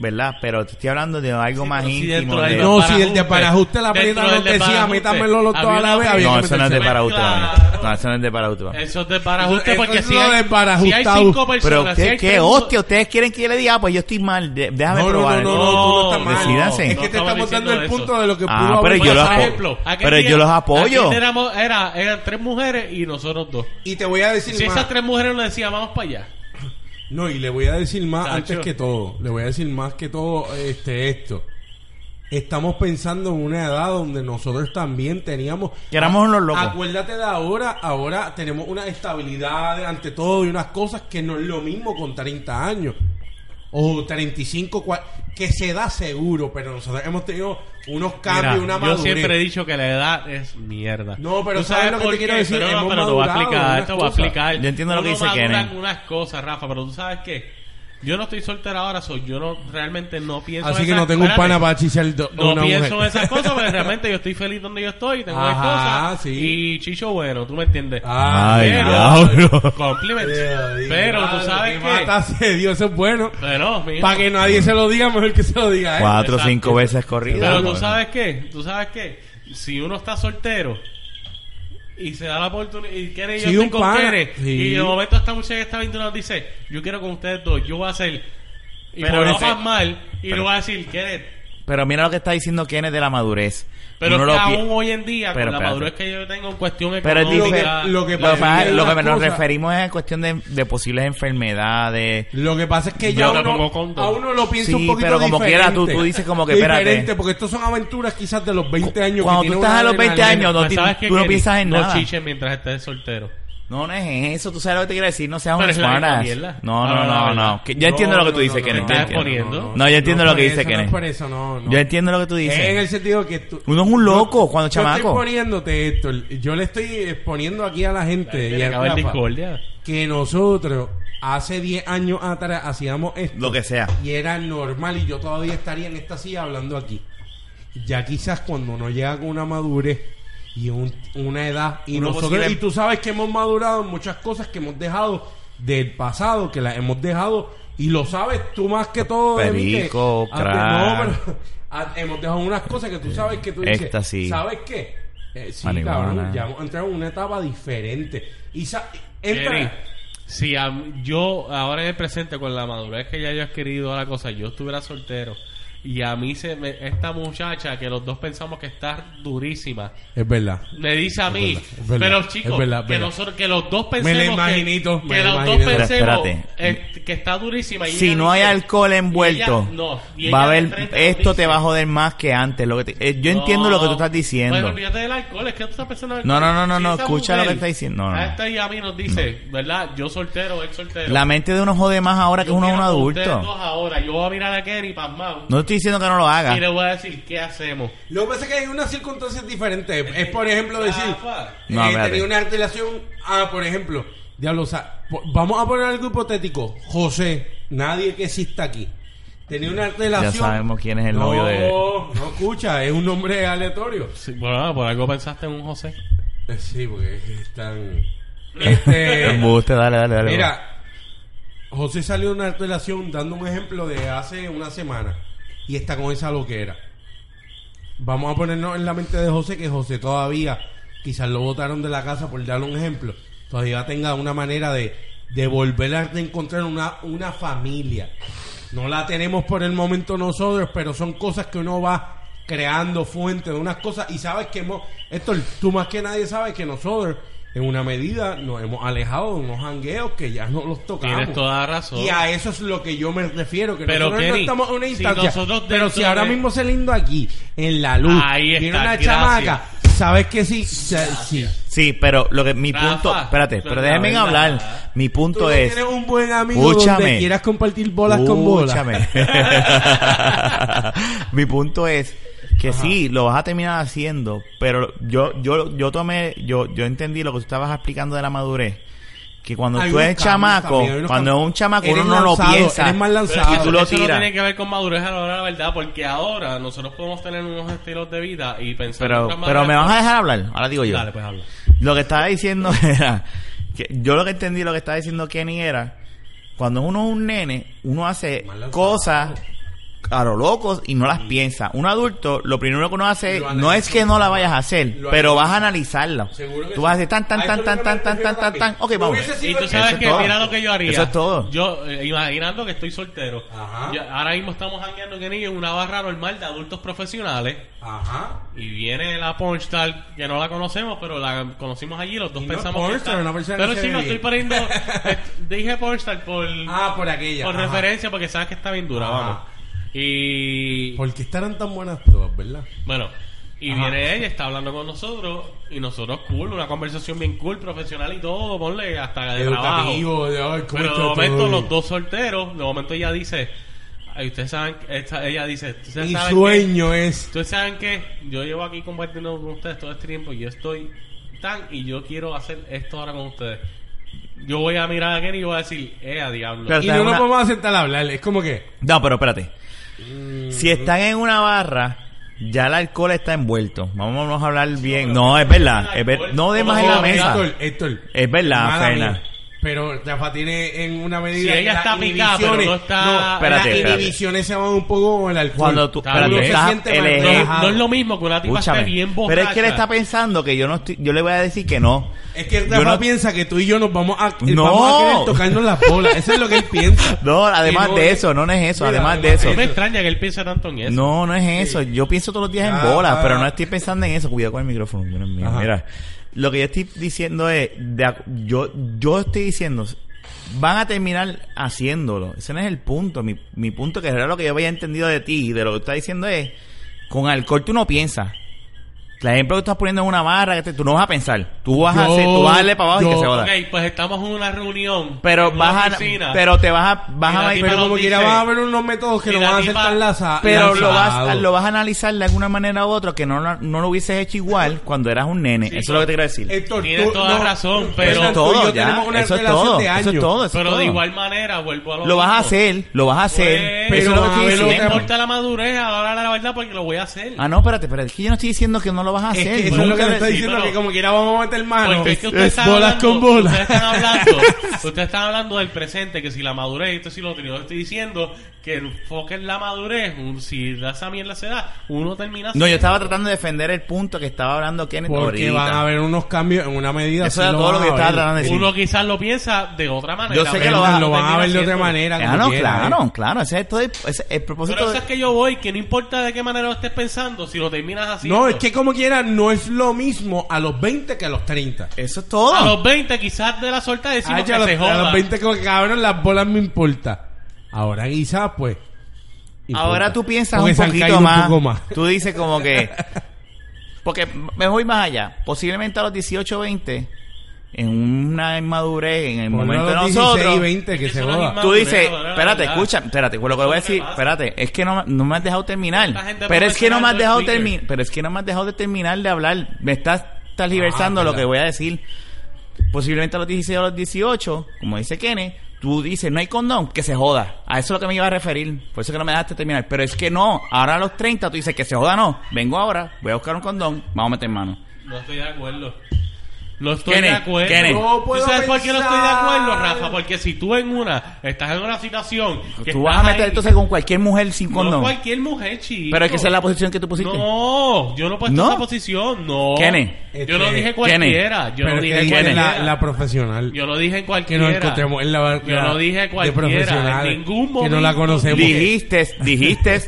¿verdad? Pero te estoy hablando de algo más
pero si
íntimo.
dentro hay
de-
dos-
No, si el de para ajuste la
Dentro
prenda
del
no
de
decía,
parajuste.
métamelo los todos a la vez.
Había
había
No,
que
eso no es de
meterse-
para ajuste,
Claro.
No, eso no es de para ajuste, mami.
Eso es de parajuste
Eso-
porque
eso
si
es lo
hay,
de para
si hay
ajustado.
cinco personas,
Pero
si
qué,
hay
qué
tres-
hostia, ustedes quieren que yo le diga, ah, pues yo estoy mal, de- déjame
No, no,
probar.
no, no, tú no estás mal.
Decídanse.
Es que te
No,
estamos dando el
eso.
punto de lo que
Ah,
pudo haber
pero yo
Por
los
pasado.
apo-
ejemplo, aquel
pero
día-
yo los apoyo.
aquel éramos- era- eran tres mujeres y nosotros dos.
Y te voy a decir
Si
más.
esas tres mujeres nos decían, vamos para allá.
No, y le voy a decir más
Sancho.
antes que todo. Le voy a decir más que todo este esto. Estamos pensando en una edad donde nosotros también teníamos.
Que éramos unos locos.
Acuérdate de ahora, ahora tenemos una estabilidad ante todo y unas cosas que no es lo mismo con 30 años. O 35, cua- que se da seguro, pero nosotros hemos tenido unos cambios,
Mira,
una
yo
madurez.
siempre he dicho que la edad es mierda.
No, pero
¿Tú
¿sabes lo que te
por
quiero
qué?
decir?
Pero,
Hemos
pero te voy a
madurado
explicar,
unas
te voy a
cosas.
explicar.
Yo entiendo lo que
Uno
dice
maduran
Kenneth.
unas cosas, Rafa, pero tú sabes qué. Yo no estoy soltera ahora, so yo no realmente no pienso
Así
en
que
esas-
no tengo un
espérate.
pana para chichar do-
No
una
pienso
mujer.
en esas cosas, pero realmente yo estoy feliz donde yo estoy, tengo mi
Ajá,
esposa
sí.
y chicho bueno, tú me entiendes.
Ah,
Ay,
pero-
diablo.
Compliment.
Dios,
pero
diablo,
tú sabes
qué
que
mataste, Dios, eso es bueno.
Pero, mijo,
Para que nadie se lo diga, mejor que se lo diga. ¿eh?
Cuatro o
Exacto.
cinco veces corrido.
Pero tú
Bueno.
sabes qué, tú sabes qué, si uno está soltero y se da la oportunidad y quiere
Sí,
yo estoy
un
con
pana.
Kenneth,
Sí.
y de momento esta muchacha que está viendo nos dice, yo quiero con ustedes dos, yo voy a hacer y
Pero
pero no
ese-
más mal y le voy a decir Kenneth,
Pero mira lo que está diciendo Kenneth de la madurez.
pero
Uno
es que
lo pi-
aún hoy en día
Pero
con la
espérate.
madurez que yo tengo en cuestión
Pero es
económica,
difícil.
Lo que
Lo que,
pasa
pasa-
es que
lo que
las
nos
cosas-
referimos es en cuestión de, de posibles enfermedades.
Lo que pasa es que ya
Yo te
uno,
pongo condón.
a uno lo piensa
Sí,
un poquito
pero como
diferente.
quiera, tú- tú dices como que, espérate.
Diferente, porque estos son aventuras quizás de los 20 años. que
Cuando
tiene
tú estás
una
a los 20
adrenalina.
años, no
pues,
ti-
¿sabes qué,
tú no
Kenneth?
piensas en
no
nada.
chiches mientras estés soltero.
No, no es eso. Tú sabes lo que te quiero decir. No seas
Pero
un
es la misma
smartass.
mierda.
No,
Ah,
no,
la
no, no.
verdad.
Que- Yo entiendo
No,
lo que tú
no,
dices,
no,
Kenneth.
no,
yo
Estás
entiendo.
exponiendo.
No, yo entiendo
no,
lo que
por
dice
eso, no
Kenneth.
es por eso, no, no.
Yo entiendo lo que tú dices.
Es en el sentido que tú...
Uno es un loco cuando
yo estoy
chamaco.
poniéndote esto. Yo le estoy exponiendo aquí a la gente y
Y
a
acaba el
Rafa
discordia.
que nosotros hace 10 años atrás hacíamos esto.
Lo que sea.
y era normal y yo todavía estaría en esta silla hablando aquí. Ya quizás cuando uno llega con una madurez y un- una edad y
Uno
nosotros
posible-
y tú sabes que hemos madurado en muchas cosas que hemos dejado del pasado, que las hemos dejado y lo sabes tú más que todo de mí, que
Perico,
antes-
crack.
no, pero- a- hemos dejado unas cosas que tú sabes que tú dices,
Éxtasis.
¿sabes qué? Eh, sí,
Marihuana.
cabrón, ya hemos entrado en una etapa diferente. Y sa- entra-
Jerry, si a m- yo ahora en el presente con la madurez que ya yo he adquirido a la cosa, yo estuviera soltero y a mí se me- esta muchacha que los dos pensamos que está durísima
es verdad.
me dice a mí,
verdad, es verdad,
pero chicos,
es verdad, es
que
verdad.
nosotros que los dos
Me
pensemos
la
que-
imaginito,
que,
me la
los dos
imaginito.
pensemos
Pero
eh, que está durísima y
Si
ella
no hay
dice-
alcohol
y ella-
envuelto,
no, y
va a
ella de
haber.
frente nos
Esto te
dice,
va a joder más que antes. Lo que te- eh, yo entiendo lo que tú estás
Bueno,
diciendo.
olvídate del alcohol, es que tú estás pensando en
No,
alcohol.
no, no, no, no,
esa
escucha lo
mujer
que está diciendo. No, no,
a
no.
esta y a mí nos dice, ¿verdad? Yo soltero, él soltero.
La mente de uno jode más ahora que
Yo
uno es un
miro a ustedes dos
adulto.
ahora, yo voy a mirar a Kenny pasmado
No te estoy diciendo que no lo hagas.
y le voy a decir, ¿qué hacemos?
Lo que pasa es que hay unas circunstancias diferentes. Es, por ejemplo, decir,
Rafa.
eh,
No, espérate.
tenía una relación, ah, por ejemplo, diablo, o sea, po- vamos a poner algo hipotético. José, nadie que exista aquí. Tenía una relación.
sabemos quién es el novio de-
No, no escucha, es un nombre aleatorio.
Sí, bueno, ah, por algo pensaste en un José.
Eh, Sí, porque es tan. Este.
Embuste, dale, dale, dale.
Mira, José salió de una relación dando un ejemplo de hace una semana y está con esa loquera. Vamos a ponernos en la mente de José que José todavía, quizás lo botaron de la casa por darle un ejemplo, todavía tenga una manera de, de volver a encontrar una, una familia. No la tenemos por el momento nosotros, pero son cosas que uno va creando fuente de unas cosas y sabes que hemos, Héctor, tú más que nadie sabes que nosotros en una medida nos hemos alejado de unos jangueos que ya no los tocamos.
Tienes toda la razón.
Y a eso es lo que yo me refiero, que
Pero,
nosotros
Kenny,
no estamos en una
si
instancia.
nosotros
pero
dentro
si ahora
de-
mismo se lindo aquí, en la luz,
Ahí
viene
está,
una
gracias.
chamaca, sabes que sí, sa- sí.
Sí, pero lo que mi
Rafa,
punto, espérate,
la
pero déjenme
verdad.
hablar. Mi
Tú
punto
no
es,
tienes un buen amigo donde
Escúchame.
quieras compartir bolas con bolas.
Escúchame. Mi punto es que sí, lo vas a terminar haciendo, pero yo yo yo tomé yo yo entendí lo que tú estabas explicando de la madurez, que cuando
Hay
tú
unos
eres
cambios
chamaco,
también, hay unos
cuando es
cambios.
un chamaco
Eres
uno no lo
lanzado,
piensa.
eres más
Pero
lanzado.
y Ah, tú lo
eso no
tiras.
tiene que ver con madurez a la hora de la verdad, porque ahora nosotros podemos tener unos estilos de vida y pensar
Pero
en otras
pero me
maneras.
vas a dejar hablar, ahora digo yo.
Dale, pues habla.
Lo que estaba diciendo era que yo lo que entendí lo que estaba diciendo Kenny era cuando uno es un nene, uno hace
Más lanzado. Mm.
cosas a lo locos y no las piensa. Un adulto, lo primero que uno hace,
Lo
no
analiza.
es que no la vayas a hacer,
Lo
pero
analiza.
vas a analizarla.
Seguro que
Tú vas a
sí.
decir tan, tan,
Ay,
tan,
pero
tan,
no
tan,
me
tan, tan,
refiero a
tan,
ti.
tan. Ok,
No
vamos.
hubiese sido-
Y tú
Eso
sabes
es
que
todo.
mira lo que yo haría.
Eso es todo.
Yo, eh, imaginando que estoy soltero.
Ajá.
Yo- ahora mismo estamos jangueando en Guenillo en una barra normal de adultos profesionales.
Ajá.
Y viene la pornstar, que no la conocemos, pero la conocimos allí. Los dos
Y no es
pensamos que
pornstar,
está-
una persona
Pero
que se
sí,
ve
no
bien.
estoy poniendo... eh, dije pornstar por,
Ah, por aquella.
por
ajá.
referencia, porque sabes que está bien dura,
Ajá.
vamos. Y...
¿Por qué estarán tan buenas todas, verdad?
Bueno, y
Ajá.
viene ella, está hablando con nosotros, y nosotros cool, una conversación bien cool, profesional y todo, ponle hasta de trabajo.
Educativo, de ay, ¿cómo
Pero de
está
momento
todo?
los dos solteros, de momento ella dice, ay, ustedes saben, esta- ella dice, ustedes
Mi
saben
sueño es.
que, ustedes saben que yo llevo aquí compartiendo con ustedes todo este tiempo, y yo estoy tan, y yo quiero hacer esto ahora con ustedes. Yo voy a mirar a Kenny y voy a decir, eh, a diablo.
Pero-
Y
sea,
no nos
una-
vamos a sentar a hablar. Es como que.
No, pero espérate.
mm,
Si están en una barra, ya el alcohol está envuelto. Vámonos a hablar bien. No, es verdad. es ver- No de más en la
Ojo,
mesa.
Oh, Héctor, Héctor.
Es verdad,
Mala
Fernan.
mía. Pero Rafa tiene en una medida.
Si
que
ella
las
está picada, pero
inhibiciones-
no está-
Espérate,
las
espérate.
inhibiciones se van un poco con el alcohol.
Cuando tú-
Uno
espérate,
se
estás-
siente
el
mal
ejemplo-
no,
relajado.
no es lo mismo que una tipa esté
eh, Escúchame.
bien borracha.
Pero es que él está pensando que yo no estoy, yo le voy a decir que no.
Es que
Yo
Rafa
no-
piensa que tú y yo nos vamos a,
No.
vamos a querer tocarnos las bolas. Eso es lo que él piensa.
No, además
no
de
es-
eso, no, no es eso,
Mira,
además de
además
eso.
No me extraña que él piense tanto en eso.
No, no es eso. Yo pienso todos los días en
Ya,
bolas,
para.
pero no estoy pensando en eso. Cuidado con el micrófono. Dios mío.
Ajá.
Mira, lo que yo estoy diciendo es, de ac- yo, yo estoy diciendo, van a terminar haciéndolo. Ese no es el punto. Mi, mi punto, que era lo que yo había entendido de ti y de lo que tú estás diciendo es, con alcohol tú no piensas. El ejemplo que tú estás poniendo en una barra, que te- tú no vas a pensar. Tú vas a
Yo-
hacer, tú vas a darle para abajo y
yo-
que se joda.
Ok, pues estamos en una reunión.
Pero
en una
vas
oficina.
a, pero te vas a, vas
Y
a
la tipa
Pero
nos
como
dice-
quiera, van a haber unos métodos que
Y
no
la
van a ser
tipa-
tan laza-
Pero lo vas,
lanzados.
lo vas a analizar de alguna manera u otra que no, lo- no lo hubieses hecho igual cuando eras un nene.
Sí,
eso es lo que te quiero decir.
Héctor,
Tienes
tú-
toda razón,
tú-
pero-
eso
Fernan,
es
tú y
todo,
Eh, yo
ya.
tenemos una
Eso es
relación
todo.
de
Eso es
años.
todo. eso es
Pero de
todo.
igual manera, vuelvo a lo
Lo vas a
mismo.
hacer, lo vas a hacer.
Pues,
eso es lo que estoy
pero a ver,
No
diciendo.
lo
importa la madurez, ahora la verdad, porque lo voy a hacer.
Ah, no, espérate, espérate. Es que yo no estoy diciendo que no lo vas a
Es
hacer.
que
Yo
eso es lo
nunca
que le
le-
está
sí,
diciendo,
pero-
que como quiera vamos a meter mano.
Porque es que ustedes
Ah, Es
están
bolas
hablando,
con bolas.
Ustedes están hablando, ustedes están hablando del presente, que si la madurez, esto sí lo otro. Yo estoy diciendo que el enfoque en la madurez, un- si da esa mierda se da, uno termina
No, yo estaba tratando de defender el punto que estaba hablando Kenneth
Porque
ahorita.
van a haber unos cambios en una medida.
Eso
sí
era
lo
todo
van
lo que
a
estaba
ver.
tratando de decir.
Uno quizás lo piensa de otra manera.
Yo sé que
pero
lo va-
uno
lo
van a
termina
ver de otra
haciendo.
manera.
Ah, no,
como quiera, ¿eh?
claro, claro. Ese es todo el, ese es el propósito.
Pero eso
de-
es que yo voy, que no importa de qué manera lo estés pensando, si lo terminas así.
No, es que como quiera, no es lo mismo a los 20 que a los 30.
Eso es todo.
A los 20 quizás de la suerte decimos
Ay,
que
Ah, a, los,
se
a
joda.
los 20 como que cabrón, las bolas me importa. Ahora quizás, pues. importa.
Ahora tú piensas
Porque
un
se han caído
poquito
un
más.
poco más.
Tú dices como que... Porque me voy más allá. Posiblemente a los 18 20, en una inmadurez, en el
Ponlo
momento de
a los 16 y
nosotros...
20 que
Eso
se
no es
joda.
inmadurez.
Tú dices,
Madurez,
espérate,
madurez.
escucha, espérate, pues lo que voy a decir,
pasa?
espérate, es que no, no me has dejado terminar.
Esta gente
Pero es que no me has
profesional
dejado
no es
terminar,
Twitter.
pero es que no me has dejado de terminar de hablar. Me estás tergiversando
Ah,
lo
verdad.
que voy a decir. Posiblemente a los 16 o a los 18, como dice Kenneth, tú dices, no hay condón, que se joda. A eso es lo que me iba a referir. Por eso que no me dejaste terminar. Pero es que no, ahora a los 30 tú dices, que se joda no. Vengo ahora, voy a buscar un condón, vamos a meter mano.
No estoy de acuerdo. No estoy
Kenneth,
de acuerdo.
Kenneth.
No
¿Tú
puedo
sabes por qué no estoy de acuerdo,
pensar.
Rafa? Porque si tú en una, estás en una situación que
Tú vas a
estás
meter
ahí-
entonces con cualquier mujer sin
No
condón.
cualquier mujer, chico.
Pero es que esa es la posición que tú pusiste.
No, yo no he puesto
¿No?
esa posición, no.
Kenneth.
Yo no
Este,
dije cualquiera. Yo
Pero
no
es que
dije
ella es la,
cualquiera.
la profesional.
Yo no dije en
que nos
cualquiera.
encontremos en la barca
Yo no dije cualquiera, en ningún
que no la
momento.
conocemos
Dijiste, dijiste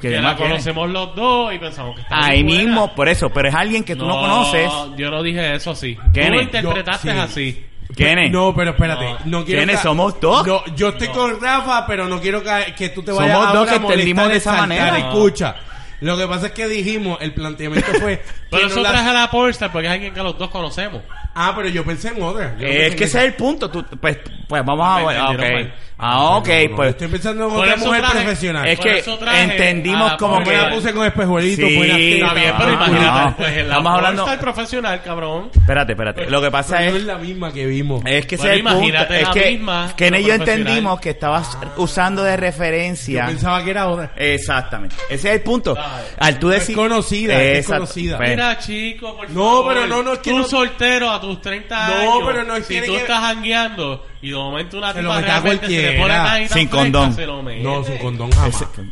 que
que
además
la
que-
conocemos los dos y pensamos que está
ahí
bien buena.
mismo, por eso, pero es alguien que tú no, conoces.
Yo no dije eso así. Tú lo
Kenneth.
interpretaste
Yo- sí.
así.
¿Quién es?
no pero espérate
No.
no, quiero
¿Quiénes
ca-
somos dos?
No, yo estoy con Rafa pero no quiero ca- que tú te vayas
Somos dos
ahora
que
a molestar
entendimos de
y
esa
saltar.
manera.
No.
escucha lo que pasa es que dijimos el planteamiento fue que
Pero
no
eso
la-
traje a la Pornstar porque es alguien que los dos conocemos.
ah pero yo pensé en otra Yo pensé
es
en
que ese
esa.
es el punto. Tú, pues, pues vamos a
Me
ver. Ah, ok.
entendieron mal.
Ah, ok,
No,
pues.
estoy pensando en
Por
otra
eso
mujer
traje-
profesional
Es
Por
que
eso traje
entendimos
a
como
como
que.
que la puse con espejuelito
Sí,
buenas tetas,
está bien,
Pero
Ah,
imagínate,
no.
pues en la
Estamos hablando-
Pornstar profesional, cabrón.
Espérate, espérate. Lo que pasa
pero no
es.
es la misma que vimos
Es que
Bueno,
ese es el punto.
imagínate
Es
la
que
misma,
Ken y
pero
yo
profesional.
entendimos que estabas usando de
yo
referencia.
pensaba que era otra
Exactamente. Ese es el punto.
Ay.
Al tú decir.
conocida, es
Exacto.
conocida.
Pues,
Mira, chico, por
No,
favor.
pero no, no, es que
Tú
no-
soltero a tus 30
No,
años.
pero no es
Si
que-
tú estás jangueando y de momento una
Se
tipa
lo mete a
realmente se le pone
cualquiera.
tan y tan
Sin
fresca,
condón.
se lo mete.
no sin condón jamás
Eh, ese-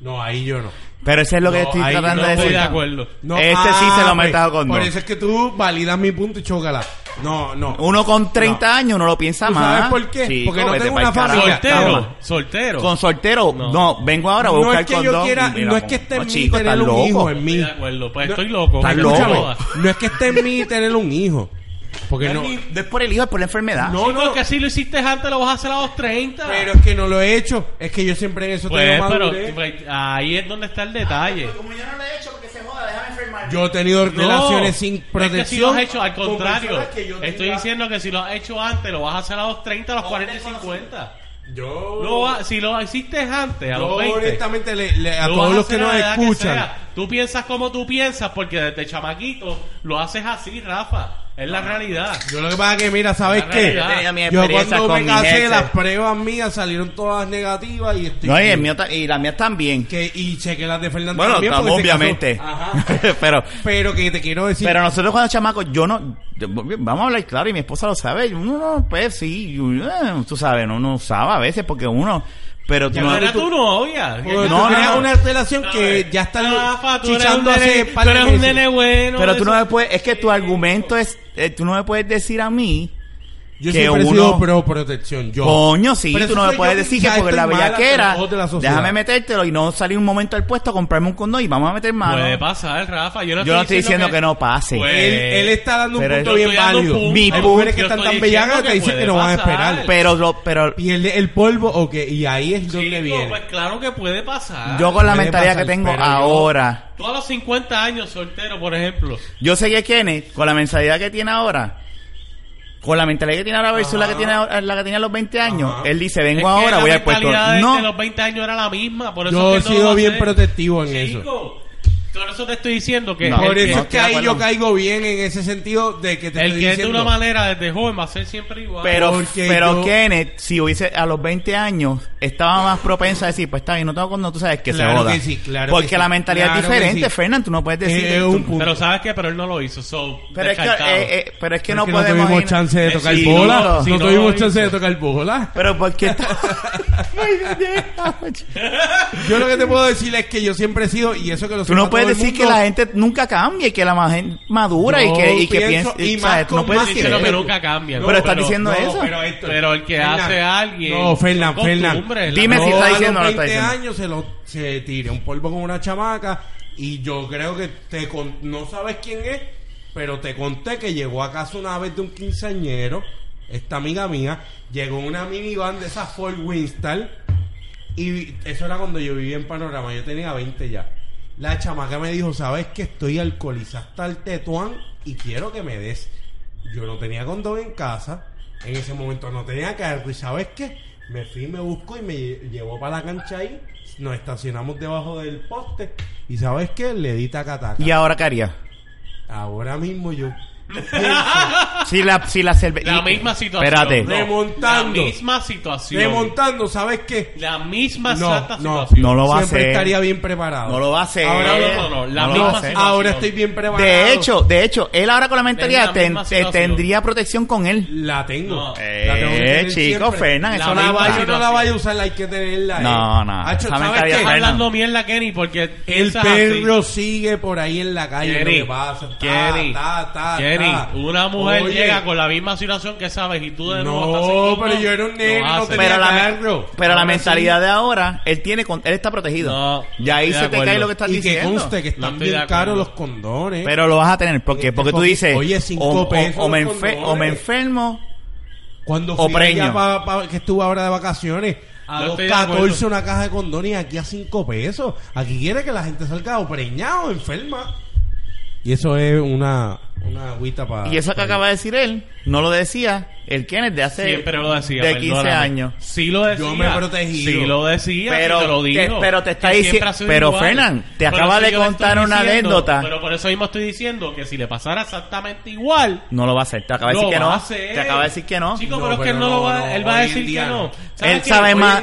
No, ahí yo no.
Pero eso es lo que
No,
estoy
ahí
tratando
No
de
estoy
decir.
de acuerdo.
No,
Este sí se lo ha
pues,
metido con
Por
dos.
eso es que tú validas mi punto y chócala. No, no.
Uno con 30
No.
años no lo piensa
¿Tú
más.
sabes por qué?
Chico,
Porque no
vete
tengo
pa'l
una
carajo.
familia.
Soltero,
Toma.
soltero.
Con soltero,
No.
no. vengo ahora a
No
buscar
es que
con
yo
dos.
quiera,
Mira,
no es que esté en
no,
mí
chico,
tener
estás
un
loco.
hijo en mí.
Estoy de acuerdo, pues
No,
estoy loco.
estás
que
loco.
escúchame.
Escúchame, No es que esté en mí tener un hijo. Porque no.
No es por el hijo, es por la enfermedad.
No,
No, no,
no.
que si lo hiciste antes lo vas a hacer a los 30.
Pero es que no lo he hecho. Es que yo siempre en eso
pues,
tengo
pero
madurez.
pues, ahí es donde está el detalle.
Como yo no lo he hecho, porque se joda, déjame enfermarme.
Yo he tenido
No,
relaciones sin
Es que si lo
protección.
has hecho, al
con
contrario.
personas que yo
Estoy
tenga-
diciendo que si lo has hecho antes, lo vas a hacer a los 30, a los 40 y 50.
Yo.
Lo va- si lo hiciste antes, a
yo
los 20.
honestamente, le- le- a
lo vas
todos los
hacer
que
a
nos
la edad que
escuchan.
sea. tú piensas como tú piensas porque desde chamaquito lo haces así, Rafa. Es la realidad.
Yo lo que pasa es que, mira, ¿sabes
La
qué?
realidad.
Tenía mi
Yo
experiencia
cuando
con
me
mi
casé,
jefe.
las pruebas mías salieron todas negativas y estoy...
No, y, el mío ta- y las mías también.
Que, y chequé las de Fernando
Bueno,
también
estamos
porque se casó.
obviamente.
Ajá.
pero
Pero que te quiero decir...
pero nosotros cuando chamacos, yo no. yo- vamos a hablar claro, y mi esposa lo sabe. Uno no, pues sí, yo- eh, tú sabes, uno no usaba a veces porque uno. Pero tú
No,
no.
era tu novia.
porque tú
no, no,
tenías
no.
una relación que ya está
Rafa, tú eres un
chichando
nene,
hace par
tú
de
eres un
meses.
nene bueno.
Pero tú no
eso-
me puedes. Es que tu argumento es. eh, tú no me puedes decir a mí.
Yo
que
siempre he
uno-
sido pro protección. Yo.
Coño, sí,
Pero
tú
eso
no me
soy
puedes
yo,
decir que
ya
porque la
estoy mala,
bellaquera.
pero no de la sociedad.
déjame metértelo y no salir un momento al puesto a comprarme un condón y vamos a meter mano.
Puede pasar, Rafa. Yo no,
Yo no estoy diciendo que no pase.
Pues,
Él, él está dando un
eh, Pero
punto
yo
bien
estoy dando un
válido.
punto.
Mi
Hay
punto.
mujeres que
Yo
están
estoy
tan bellanas
diciendo
que
que
dicen que
puede
no van a
pasar.
esperar.
Pero, lo- pero
Y el, el polvo, ok, y ahí es donde
Chico,
viene.
Pues claro que puede pasar.
yo con la
puede
mentalidad
pasar,
que tengo
pero yo-
ahora.
Tú a los 50 años soltero, por ejemplo.
Yo sé que Kenneth, con la mentalidad que tiene ahora, con la mentalidad que tiene ahora versus la que tiene ahora- la que tenía a los 20 años,
Ajá.
él dice,
Es
vengo
que
ahora,
la
voy al puesto.
mentalidad de- este de
No,
los 20 años era la misma. Por eso
Yo he
es que él no lo va
sido
a
bien
hacer.
protectivo en eso.
Chico, por eso te estoy diciendo que.
No.
el
Por
que-
eso
no,
es que
estoy de
ahí yo
acuerdo.
caigo bien en ese sentido de que te
El
estoy
que es de
diciendo.
una manera desde joven va a ser siempre igual.
pero,
porque
pero
yo-
Kenneth, si hubiese a los 20 años, estaba más propensa a decir, pues está bien, no tengo cuando tú sabes que
Claro
se joda.
que sí, claro
Porque
que sí,
la mentalidad
claro
es
que
diferente,
sí.
Fernan, tú no puedes decir.
Es
tú-
un punto.
Pero sabes que, pero él no lo hizo. So,
pero, es que,
descartado.
eh, eh, pero es que
Porque
no
no
podemos.
tuvimos
ir-
chance de
Eh,
tocar
sí,
bola.
no,
sí,
No
no,
tuvimos
no,
chance
no.
de tocar bola.
Pero porque está. Ay,
Yo lo que te puedo decir es que yo siempre he sido, y eso que lo
Tú
sepa
no puedes
todo el
decir que
mundo,
la gente nunca cambie, que la ma- gente madura y
Yo
que, y que
pienso,
piensa.
y
o
más
sea, tú
con
no puedes
más
decir
Pues, Sí, pero
eso.
que
Pero-
nunca cambia.
No,
¿no?
pero estás diciendo eso.
Pero, Héctor,
Pero el que
Fernan,
hace a alguien.
No, Fernan,
son
Fernan.
costumbres,
Dime
la-
si
Yo
está
a
diciendo o no
los
está
20
diciendo.
años se, lo, se tiré un polvo con una chamaca y yo creo que te con- no sabes quién es, pero te conté que llegó a casa una vez de un quinceañero, esta amiga mía, llegó en una minivan de esa Ford Winston y eso era cuando yo vivía en Panorama, yo tenía 20 ya. La chamaca me dijo, sabes que estoy alcoholizada hasta el tetuán y quiero que me des. Yo no tenía condón en casa, en ese momento no tenía carro y sabes qué, me fui, me busco y me lle- llevó para la cancha ahí, nos estacionamos debajo del poste y sabes qué, le di taca taca.
¿Y ahora qué haría?
Ahora mismo yo
Si la, si la cerve-
La
y-
misma situación.
Espérate.
no.
Remontando.
La misma situación.
remontando, ¿sabes qué?
La misma
No,
exacta
no,
situación.
No lo va a
siempre
hacer.
estaría bien preparado.
No lo va a hacer.
Ahora mismo
no, no, la
lo va a
misma
hacer.
situación.
Ahora estoy bien preparado.
De hecho, de hecho, él ahora con la
Es
mentalidad
este la
ten-
misma
te-
situación.
tendría protección con él.
La tengo.
No.
La tengo que
Eh,
tener
chico,
siempre.
Fernan,
La
eso
La
no
misma-
vaya o
va.
no la vaya a usar, la hay que tenerla.
No,
eh.
no. Esa
Hacho, ¿sabes
mentalidad
qué?
Estás
Fernan.
hablando mierda, Kenny, porque
El
piensas así.
perro sigue por ahí en la calle.
Kenny,
lo que pasa. Ta,
Kenny,
ta, ta,
Kenny,
ta.
una mujer
Oye,
llega con la misma situación que sabes y tú de nuevo
No,
estás haciendo-
pero yo era un nene, no
haces.
tenía-
Pero la, me-
Claro.
pero la
Ahora
mentalidad de ahora, él tiene con- él está protegido.
No,
y ahí
estoy
se
de
te cae
acuerdo.
lo que estás
Y que
diciendo.
conste que
No
están
estoy de
bien
acuerdo.
caros los condones.
Pero lo vas a tener, porque,
Este
porque tú
poquito-
dices,
oye, cinco
o- o-
pesos
o me
los
enfe- o me
condones.
enfermo
Cuando
O
fui
preño.
allá pa- pa- que estuve ahora de vacaciones,
Ah,
a
No
los
estoy de acuerdo.
14 una caja de condones y aquí a 5 pesos. Aquí quiere que la gente salga o preñada o enferma. Y eso es una, una agüita
Ah,
para...
Y eso que acaba de decir él, no lo decía el Kenneth de hace
Siempre lo decía,
de 15
perdóname.
años.
Sí lo decía.
Yo me he protegido.
Sí lo decía,
Pero
sí te lo
te-
digo.
pero te está
Que siempre
dici-
ha sido
pero,
igual.
Fernan, te
Por
acaba
eso
de
yo le
contar
estoy
una
diciendo-
anécdota.
Pero por eso mismo estoy diciendo que si le pasara exactamente igual,
No lo va a hacer, te acaba de decir
lo
que
va
no.
a hacer.
Te acaba de decir que no.
Chico,
No,
pero es que
pero
él no lo va,
no, no,
él va a
hoy en
decir que
día no.
no.
Él
qué?
sabe
Hoy
más.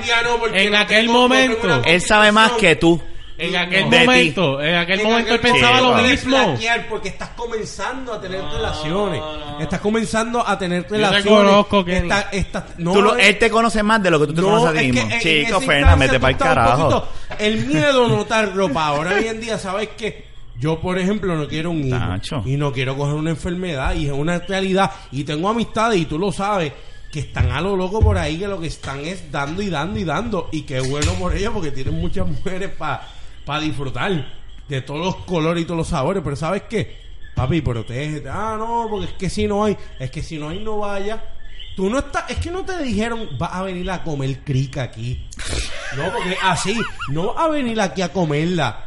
en aquel momento.
Él sabe más que tú.
En aquel
De ti.
momento, en aquel
En
momento él
aquel
pensaba
momento
lo
de
puedes
mismo.
flaquear porque estás comenzando a tener
No,
relaciones.
no.
Estás comenzando a tener
te
relaciones.
conozco, Kenny.
Está- está- no,
Tú lo-
es-
él te conoce más de lo que tú te conoces a
es
ti mismo.
que en- en
Chico,
esa
Fernández,
instancia
vete
tú
para el
estabas un
carajo.
poquito- el miedo no te ropa. Ahora hoy en día, ¿sabes qué? Yo, por ejemplo, no quiero un hijo.
Tacho.
Y no quiero coger una enfermedad. Y es una realidad. Y tengo amistades, y tú lo sabes, que están a lo loco por ahí, que lo que están es dando y dando y dando. Y qué bueno por ellos, porque tienen muchas mujeres para disfrutar de todos los colores y todos los sabores. Pero ¿sabes qué? Papi, protégete. Ah, no, porque es que si no hay, es que si no hay, no vaya. Tú no estás, es que no te dijeron, vas a venir a comer crica aquí. No, porque así, no va a venir aquí a comerla.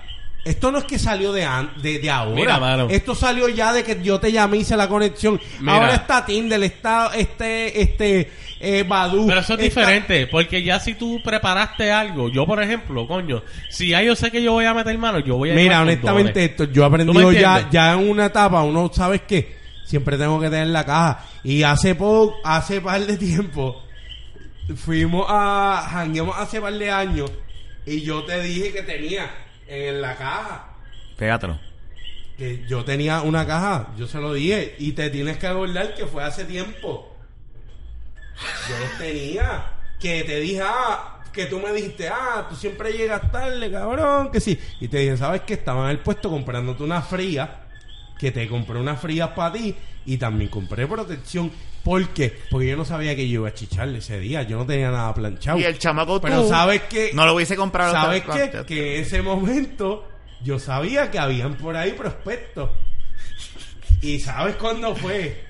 Esto no es que salió de, an- de, de ahora.
Mira, mano.
Esto salió ya de que yo te llamé, hice la conexión.
Mira.
Ahora está Tinder, está este, este, eh, Badoo,
Pero eso es
está-
diferente, porque ya si tú preparaste algo, yo por ejemplo, coño, si ya yo sé que yo voy a meter mano, yo voy a
Mira,
llevar
honestamente,
condones.
esto, yo he
¿Tú
aprendido
me
ya,
entiendes?
ya en una etapa, uno, ¿sabes qué? Siempre tengo que tener la caja. Y hace poco, hace par de tiempo, fuimos a, jangueamos hace par de años, y yo te dije que tenía en la caja.
Pégatelo.
que yo tenía una caja, yo se lo dije, y te tienes que acordar que fue hace tiempo. Yo los tenía. Que te dije, ah, que tú me dijiste, ah, tú siempre llegas tarde, cabrón, que sí. Y te dije, ¿sabes qué? Estaba en el puesto comprándote una fría, que te compré unas frías para ti, y también compré protección. ¿Por qué? Porque yo no sabía que yo iba a chicharle ese día, yo no tenía nada planchado.
Y el chamaco
Pero
tú,
¿sabes qué?
No lo hubiese comprado.
¿Sabes
otra-
qué?
otra-
Que en ese momento yo sabía que habían por ahí prospectos. ¿Y sabes cuándo fue?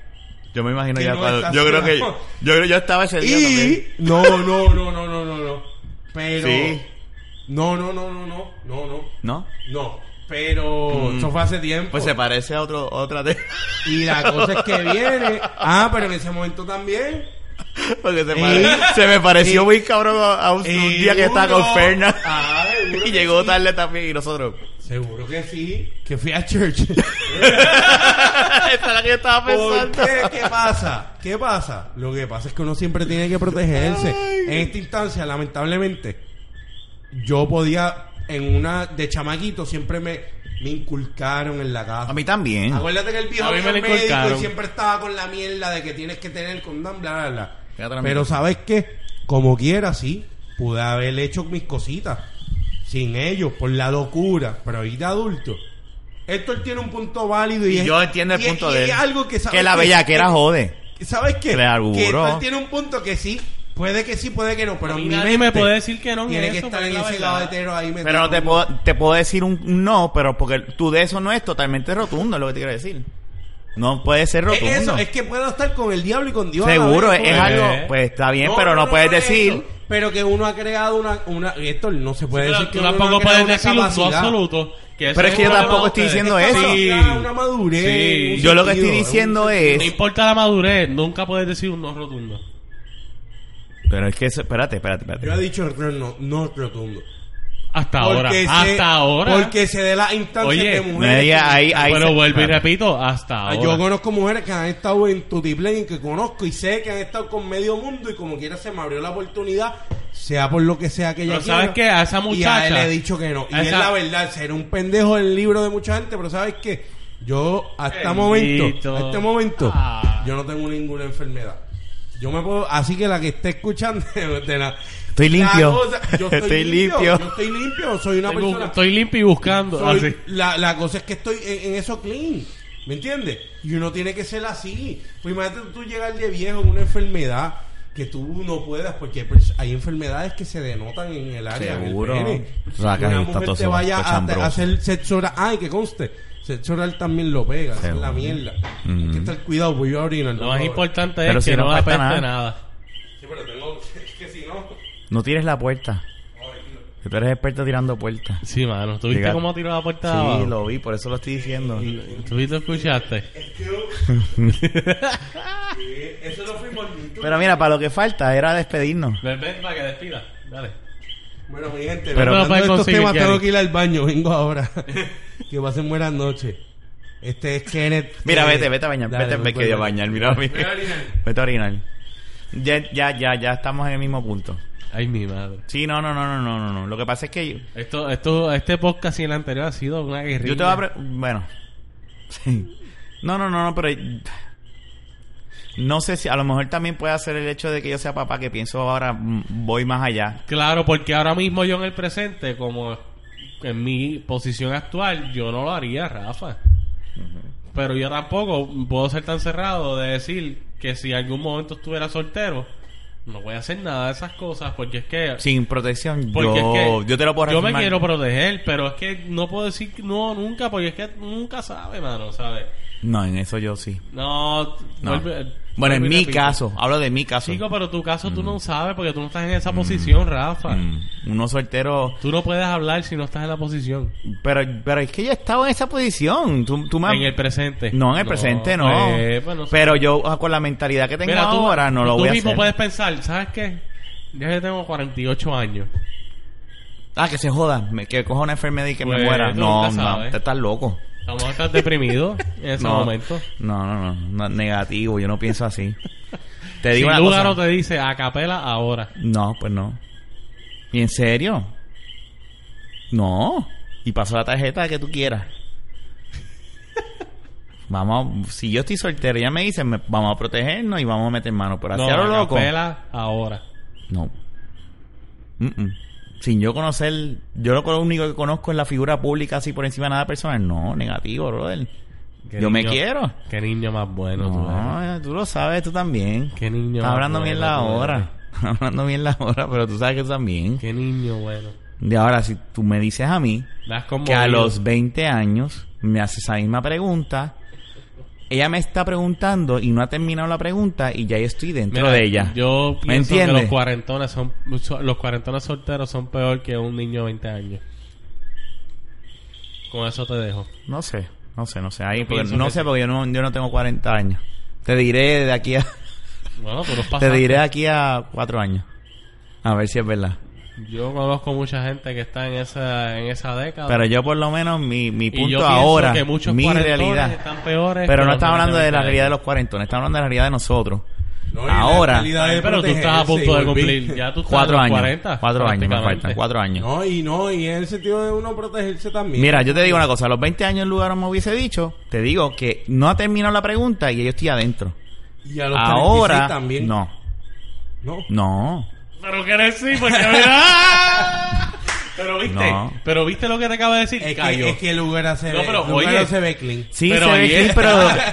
Yo me imagino
que
ya
no
cuando-
estás
Yo creo que... Yo,
seguro.
yo creo- yo estaba ese día
Y...
también.
No, no, no, no, no, no, no. Pero...
Sí.
No, no, no, no, no, no, no,
¿No?
no. Pero... Eso fue hace tiempo.
Mm. Pues se parece a otro, otra... de-
y la cosa es que viene... Ah, pero en ese momento también...
Porque se,
Y-
pare- se me pareció
y-
muy cabrón a, a un,
y
un día que estaba
uno-
con Fernan.
Ah, seguro
Y
que
llegó
sí.
tarde también y nosotros.
Seguro que sí. Que fui a church.
Esa es la que yo estaba
¿Por
pensando.
qué? ¿Qué pasa? ¿Qué pasa? Lo que pasa es que uno siempre tiene que protegerse. En esta instancia, lamentablemente, yo podía, en una de chamaquito, siempre me, me inculcaron en la
A
casa.
mí también.
Acuérdate que el viejo
A mí
era
me la
médico
inculcaron.
y siempre estaba con la mierda de que tienes que tener condón, bla, bla, bla.
Quédate la
Pero
mierda.
¿sabes qué? Como quiera, sí, pude haber hecho mis cositas sin ellos, por la locura, pero ahí de adulto. Héctor tiene un punto válido y,
Y
es-
yo entiendo el
y es-
punto
y
de
es
él.
algo que, ¿sabes
la
qué? Eh,
bellaquera jode.
¿Sabes qué?
Claro,
que
bro.
él tiene un punto que sí, puede que sí, puede que no, pero
A mí
en mi
nadie me
mente
puede decir que no en
Tiene que
eso,
estar
pero
en
es la
ese
verdad.
lado hetero ahí
Pero no te
metido.
puedo, te puedo decir un un no, pero porque tú de eso no es totalmente rotundo, es lo que te quiero decir. No puede ser
Es
rotundo.
eso, es que puedo estar con el diablo y con Dios. a la
Seguro,
vez,
es, es
joder.
algo, pues está bien, pero no, puedes
es
decir.
eso. pero que uno ha creado una, una esto no se puede
Pero
decir que
tú
uno no
tampoco
ha creado
puedes
una
decir un no
capacidad.
absoluto. Que
Pero es que yo
un
tampoco
problema de
estoy diciendo
ustedes.
eso.
Sí.
Capacidad, una madurez.
Sí.
un
Yo lo que
sentido,
estoy diciendo
un-
es.
No importa la madurez, nunca puedes decir un no rotundo.
Pero es que, eso- espérate, espérate,
Yo he
espérate.
dicho no, no rotundo.
Hasta ahora,
Porque se-
hasta ahora.
Porque se de las instancias
Oye,
de
No,
mujeres. que-
ella- ahí- ahí
pero
se-
vuelvo y
espérate.
repito, hasta
Ah,
ahora.
Yo conozco mujeres que han estado en Tutiplén y que conozco y sé que han estado con medio mundo y como quiera se me abrió la oportunidad, sea por lo que sea que ella
Pero ¿sabes qué? A esa
Y a él
muchacha-
le he dicho que no. Y
a
es
esa-
la verdad, ser un pendejo en el libro de mucha gente, pero ¿sabes qué? Yo hasta
Bendito.
momento, a este momento,
Ah.
yo no tengo ninguna enfermedad. Yo me puedo, así que la que esté escuchando de la-
Estoy
la
limpio.
cosa- yo estoy,
Estoy
limpio,
limpio.
Yo estoy limpio, soy una
Estoy bu-
persona
estoy limpio y buscando.
Ah,
soy-
así.
la, la cosa es que estoy en, en eso clean. ¿Me entiendes? Y uno tiene que ser así. Pues imagínate tú llegar de viejo con una enfermedad que tú no puedas, porque hay pers- hay enfermedades que se denotan en el área. en el
Seguro.
pene.
Raca,
una
ahí está
mujer
todo
te vaya a,
cochambroso.
a hacer sexo oral. Ay, que conste. Sexo oral también lo pega. esa Es la
Seguro. Mm-hmm.
mierda. Hay
Ujú.
que estar cuidado, voy a orinar.
Lo
no
más
jodas.
importante
Pero
es
si
que
no
no
falta
apeste
nada.
nada.
Sí, pero tengo. Es que si no.
No tires la puerta. Que tú eres experto tirando puertas.
Sí, mano. ¿Tú
Llega-
viste cómo tiró la puerta de
Sí,
abajo?
lo vi, por eso lo estoy diciendo.
¿Tú viste, escuchaste?
Es que. Sí, Eso lo fuimos
Pero mira, para lo que falta era despedirnos.
Ven, ven, para que despida. Dale.
Bueno, mi gente,
Pero-
pero
Pero para
estos
conseguir,
temas
Gary.
tengo que ir al baño, vengo ahora. que pasen buenas noches. Este es Kenneth.
Mira,
Eh,
vete, vete a bañar.
dale, pues,
vete, me
voy,
quedé a
voy, voy.
bañar. Mira, mira.
orinar.
Vete a orinar. Ya, ya, ya, ya estamos en el mismo punto.
Ay, mi madre.
Sí, no, no, no, no, no, no, no. Lo que pasa es que yo,
Esto, esto, este podcast y el anterior ha sido una guerrilla.
yo te voy a... pre- Bueno. Sí. No, no, no, no, pero... No sé si... A lo mejor también puede ser el hecho de que yo sea papá, que pienso ahora mm, voy más allá.
Claro, porque ahora mismo yo en el presente, como en mi posición actual, yo no lo haría, Rafa. Pero yo tampoco puedo ser tan cerrado de decir que si algún momento estuviera soltero, no voy a hacer nada de esas cosas, porque es que...
Sin protección,
Porque
yo,
es que
yo te lo puedo
Yo me
reafirmar.
quiero proteger, pero es que no puedo decir que no nunca, porque es que nunca sabe, mano, ¿sabes?
No, en eso yo sí.
No,
No.
vuelve- eh,
Bueno, en
vuelve y
mi
repito.
caso, hablo de mi caso.
Chico, pero tu caso tú no sabes porque tú no estás en esa posición, Rafa.
Mm, uno soltero.
Tú no puedes hablar si no estás en la posición.
Pero, pero es que yo he estado en esa posición. Tú, tú me-
En el presente.
No, en el presente no.
pues, pues, no sé.
pero yo ah, con la mentalidad que tengo
Mira, tú-
ahora no lo voy a
Tú mismo
hacer.
puedes pensar, ¿sabes qué? Ya yo tengo 48 años.
Ah, que se joda, me- que coja una enfermedad y que
Pues,
me muera.
tú
No, no,
nunca sabes.
te estás loco.
A lo mejor estás deprimido en ese
No,
momento.
No, no, no, no, negativo, yo no pienso así. te digo una
Sin duda no
cosa.
te dice a capela ahora.
No, pues no. ¿Y en serio? No. Y pasó la tarjeta que tú quieras. Vamos, si yo estoy soltero, ya me dicen, me- vamos a protegernos y vamos a meter mano. Pero hacia
no,
lo
a
loco.
capela ahora.
No. Mm-mm. Sin yo conocer, yo lo lo único que conozco es la figura pública así por encima de nada personal. No, negativo, brother.
Qué
Yo me
niño-
quiero.
Qué niño más bueno tú eres.
No, tú lo sabes, tú también.
Qué niño
Estás
más
hablando
bueno
bien la
tú eres.
hora. Estás hablando bien la hora, pero tú sabes que tú también.
Qué niño bueno.
De ahora, si tú me dices a mí
Das como
que a los 20 años me hace esa misma pregunta, ella me está preguntando y no ha terminado la pregunta y ya yo estoy dentro
Mira,
de ella.
Yo
¿Me
pienso que
entiendes?
los cuarentones son so- los cuarentones solteros son peor que un niño de 20 años. Con eso te dejo.
No sé, no sé, no sé. Ahí,
Yo
porque-
pienso
no
que
sé
sí.
porque yo no, yo no tengo 40 años. Te diré de aquí a,
Bueno, tú los
te
pasaste.
diré de aquí a 4 años. A ver si es verdad.
Yo conozco mucha gente que está en esa en esa década.
Pero yo por lo menos mi, mi
Y yo
punto
pienso
ahora,
que muchos
mi
cuarentones
realidad.
están peores
Pero
que
no
los
estamos hablando de la
20
realidad de los cuarentones, estamos hablando de la realidad de nosotros.
No, y la
Ahora,
calidad de
Pero tú estás a
protegerse,
punto de
volví.
cumplir. Ya tú estás en
cuatro
los
años.
40,
cuatro años me
prácticamente.
faltan, cuatro años.
No, y no, y en el sentido de uno protegerse también.
Mira, yo te digo una cosa, a los 20 años el lugar no me hubiese dicho, te digo que no ha terminado la pregunta y yo estoy adentro.
y a los 36
Ahora,
también.
no,
No.
no,
Pero que eres sí,
pues
porque ¡Ah! Pero viste,
No.
pero viste lo que te acabo de decir,
Es
Cayo.
que, es que el lugar se
No,
ve,
pero,
Lugaro
oye.
se ve clean.
Sí,
Pero
pero, se ve
ahí
clean,
está.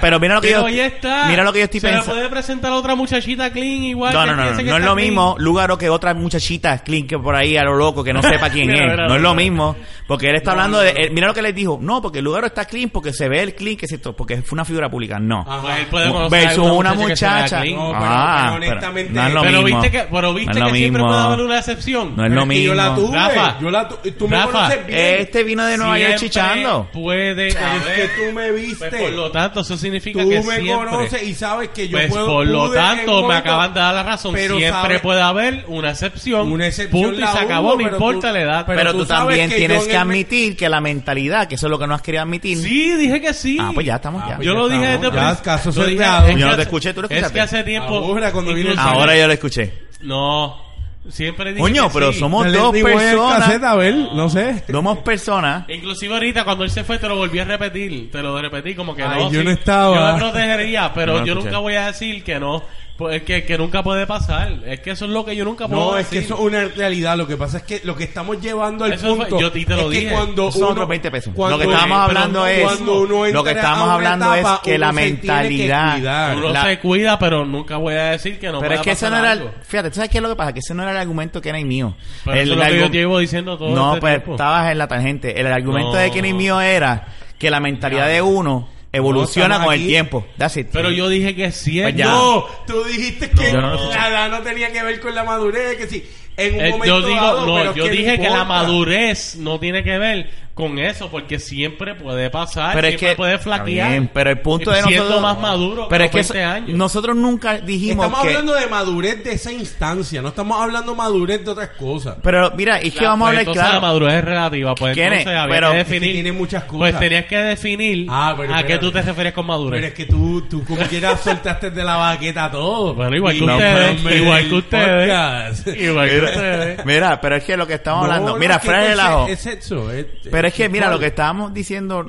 pero, pero mira lo que
Pero
yo
ahí está.
mira lo que yo estoy
Se
pensando.
le puede presentar a otra muchachita clean igual.
No,
que
no, no, no,
piense que
no es
está
lo
clean.
mismo Lugaro que otra muchachita clean que por ahí a lo loco que no sepa quién
Mira,
es.
mira,
no es
mira.
lo mismo, porque él está hablando de él- mira lo que les dijo, no, porque Lugaro está clean porque se ve el clean que se to- porque fue una figura pública, no.
Ah,
Pues él puede conocer a
Versus una
que sea
muchacha.
clean.
No, pero-
Ah,
pero honestamente-
no es lo
pero
mismo.
viste que, pero viste
No es lo
que siempre
mismo.
puede haber una excepción.
No es lo
Pero que Yo la
mismo.
tuve.
Rafa,
yo la tu- Tú me
Rafa,
conoces bien.
Este vino de Nueva York
Siempre
chichando.
Puede
Pero es que
haber.
tú me viste.
Pues, por lo tanto, eso significa
tú
que
me
siempre.
conoces y sabes que yo
pues
puedo.
por lo
pude en
tanto,
un
me
momento-
acaban de dar la razón.
Pero
siempre
sabes-
puede haber una excepción.
Una excepción
Punto y
la
se acabó,
hubo,
no
pero
importa
tú-
la edad.
Pero,
Pero
tú,
tú sabes
también
que
tienes
yo
que
en el me-
admitir que la mentalidad, que eso es lo que no has querido admitir.
Sí, dije que sí.
Ah, pues ya estamos ya.
Yo
Ya
lo dije desde
estamos,
el
ya,
principio.
caso
Lo
soy
dije-
grado.
es que
Yo no te
hace-
escuché, tú lo
Es
escuchaste.
que hace tiempo.
Ahora, cuando vine-
incluso-
Ahora yo lo escuché.
No, siempre dije.
Coño,
que
pero
sí.
somos
Dale,
dos
digo, voy al cassette,
personas.
a ver, no sé.
Somos personas.
Inclusive ahorita cuando él se fue te lo volví a repetir, te lo repetí como que
Ay,
no.
yo
sí,
no estaba.
Yo me protegería, pero
No lo
yo
escuché.
nunca voy a decir que no, pues, que, que nunca puede pasar. Es que eso es lo que yo nunca puedo
No, es que
decir.
eso es una realidad. Lo que pasa es que lo que estamos llevando al
Eso fue-
punto.
yo a ti te lo
es
dije.
Que cuando
Son
uno-
otros 20 pesos.
cuando-
lo que estábamos
pero
hablando
no,
es.
cuando uno
Lo que
entra
estamos
a una
hablando
etapa,
es que
uno
la
se tiene que
mentalidad.
cuidar.
Uno
la-
se cuida, pero nunca voy a decir que no
pero es
pueda
que ese no
pasar
era. el-
algo.
Fíjate, ¿tú sabes qué es lo que pasa? Que ese no era el argumento que era el mío.
Pero
El
eso es lo que yo
argu-
llevo diciendo todo
No,
este
pues
tiempo.
estabas en la tangente. El argumento
No.
de Kenny mío era que la mentalidad de uno evoluciona
estamos
con el
aquí.
tiempo. That's it.
Pero yo dije que sí,
Pues ya.
no.
No, tú dijiste que
No, no.
la edad no tenía que ver con la madurez, que sí, en un
Eh,
momento
yo digo,
dado,
no,
pero
yo
que
dije que la
importa.
madurez no tiene que ver con eso, porque siempre puede pasar,
Pero es
siempre
que
puede
está
flaquear.
bien, pero el punto de
Siendo
nosotros
más maduro
pero
a
es que
20 años.
nosotros nunca dijimos
Estamos
que
hablando de madurez de esa instancia, no estamos hablando madurez de otras cosas.
pero mira, es que
Claro,
vamos a
pues
hablar
entonces
claro.
la madurez es relativa, pues
¿Quién es?
entonces había
Pero-
que
Es que
definir.
tiene muchas cosas.
pues tenías que definir
Ah, pero
a qué
espérate.
tú te refieres con madurez.
Pero es que tú, tú como quieras soltaste de la baqueta todo.
Bueno, igual que
Y-
ustedes,
pero-
igual que ustedes.
podcast.
Igual que ustedes.
Mira, mira, pero es que lo que estamos
No,
hablando,
no,
mira,
es que
fuera de
es-
relajo.
Es eso. es-
Pero es que, mira, lo que
sexual.
estábamos diciendo,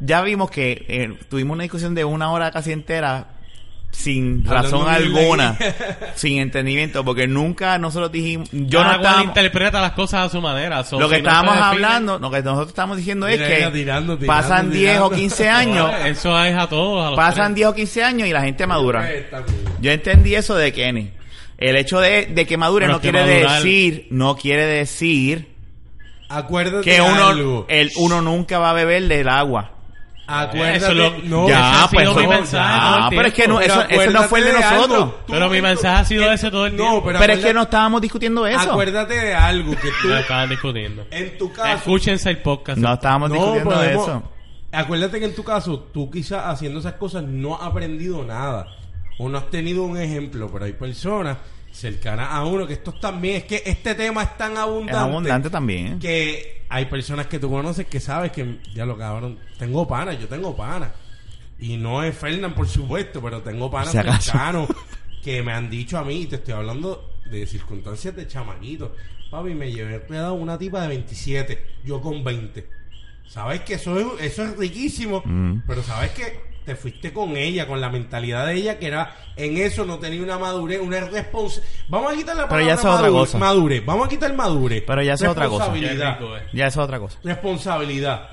ya vimos que eh, tuvimos una discusión de una hora casi entera sin
Hablando
razón
de
alguna,
ley.
sin entendimiento, porque nunca nosotros dijimos, yo no
Cada cual
estaba...
interpreta las cosas a su manera. so,
Lo que
si no se
estábamos
define-
hablando, lo que nosotros estábamos diciendo es
Mira,
que
mira, tirando, tirando,
pasan 10 o
tirando.
15 años,
Eso es a todos. A los
pasan
tres.
10 o 15 años y la gente madura.
Eh, está bien.
Yo entendí eso de Kenny. El hecho de, de que madure
Pero
no
es que
quiere
madurar-
decir, no quiere decir
Acuérdate
que
de
uno, eh,
algo.
el, uno nunca va a beber del agua.
Acuérdate.
Eso es lo-
no,
ese
ya,
ha
pues
sido
eso-
mi mensaje
ah,
todo el
pero es que
tiempo.
no, eso,
Pero
eso no fue el de
acuérdate de
nosotros.
algo. Tú-
Pero mi mensaje ha sido ese todo el
No,
tiempo.
Pero,
pero,
es que no estábamos discutiendo eso.
Acuérdate de algo que tú,
Lo estaban discutiendo.
en tu caso,
Escúchense el podcast.
No estábamos discutiendo
podemos-
eso.
Acuérdate que en tu caso, tú quizás haciendo esas cosas no has aprendido nada. O no has tenido un ejemplo, pero hay personas cercanas a uno que esto también es que este tema es tan
Es
abundante,
abundante también. ¿eh?
que hay personas que tú conoces que sabes que ya lo cabrón, tengo panas, yo tengo panas. Y no es Fernán, por supuesto, pero tengo panas
Si acaso.
cercanos que me han dicho a mí, y te estoy hablando de circunstancias de chamaquito. Papi, me llevé enredado una tipa de 27, yo con 20. Sabes que eso es, eso es riquísimo,
Mm.
pero sabes que te fuiste con ella, con la mentalidad de ella, que era en eso no tenía una madurez, una responsabilidad. Vamos a quitar la
Pero ya
palabra
eso es otra
madure-
cosa.
madure, vamos a quitar madure.
Pero ya eso es otra cosa.
Qué
Responsabilidad.
rico, eh.
Ya eso es otra cosa.
Responsabilidad.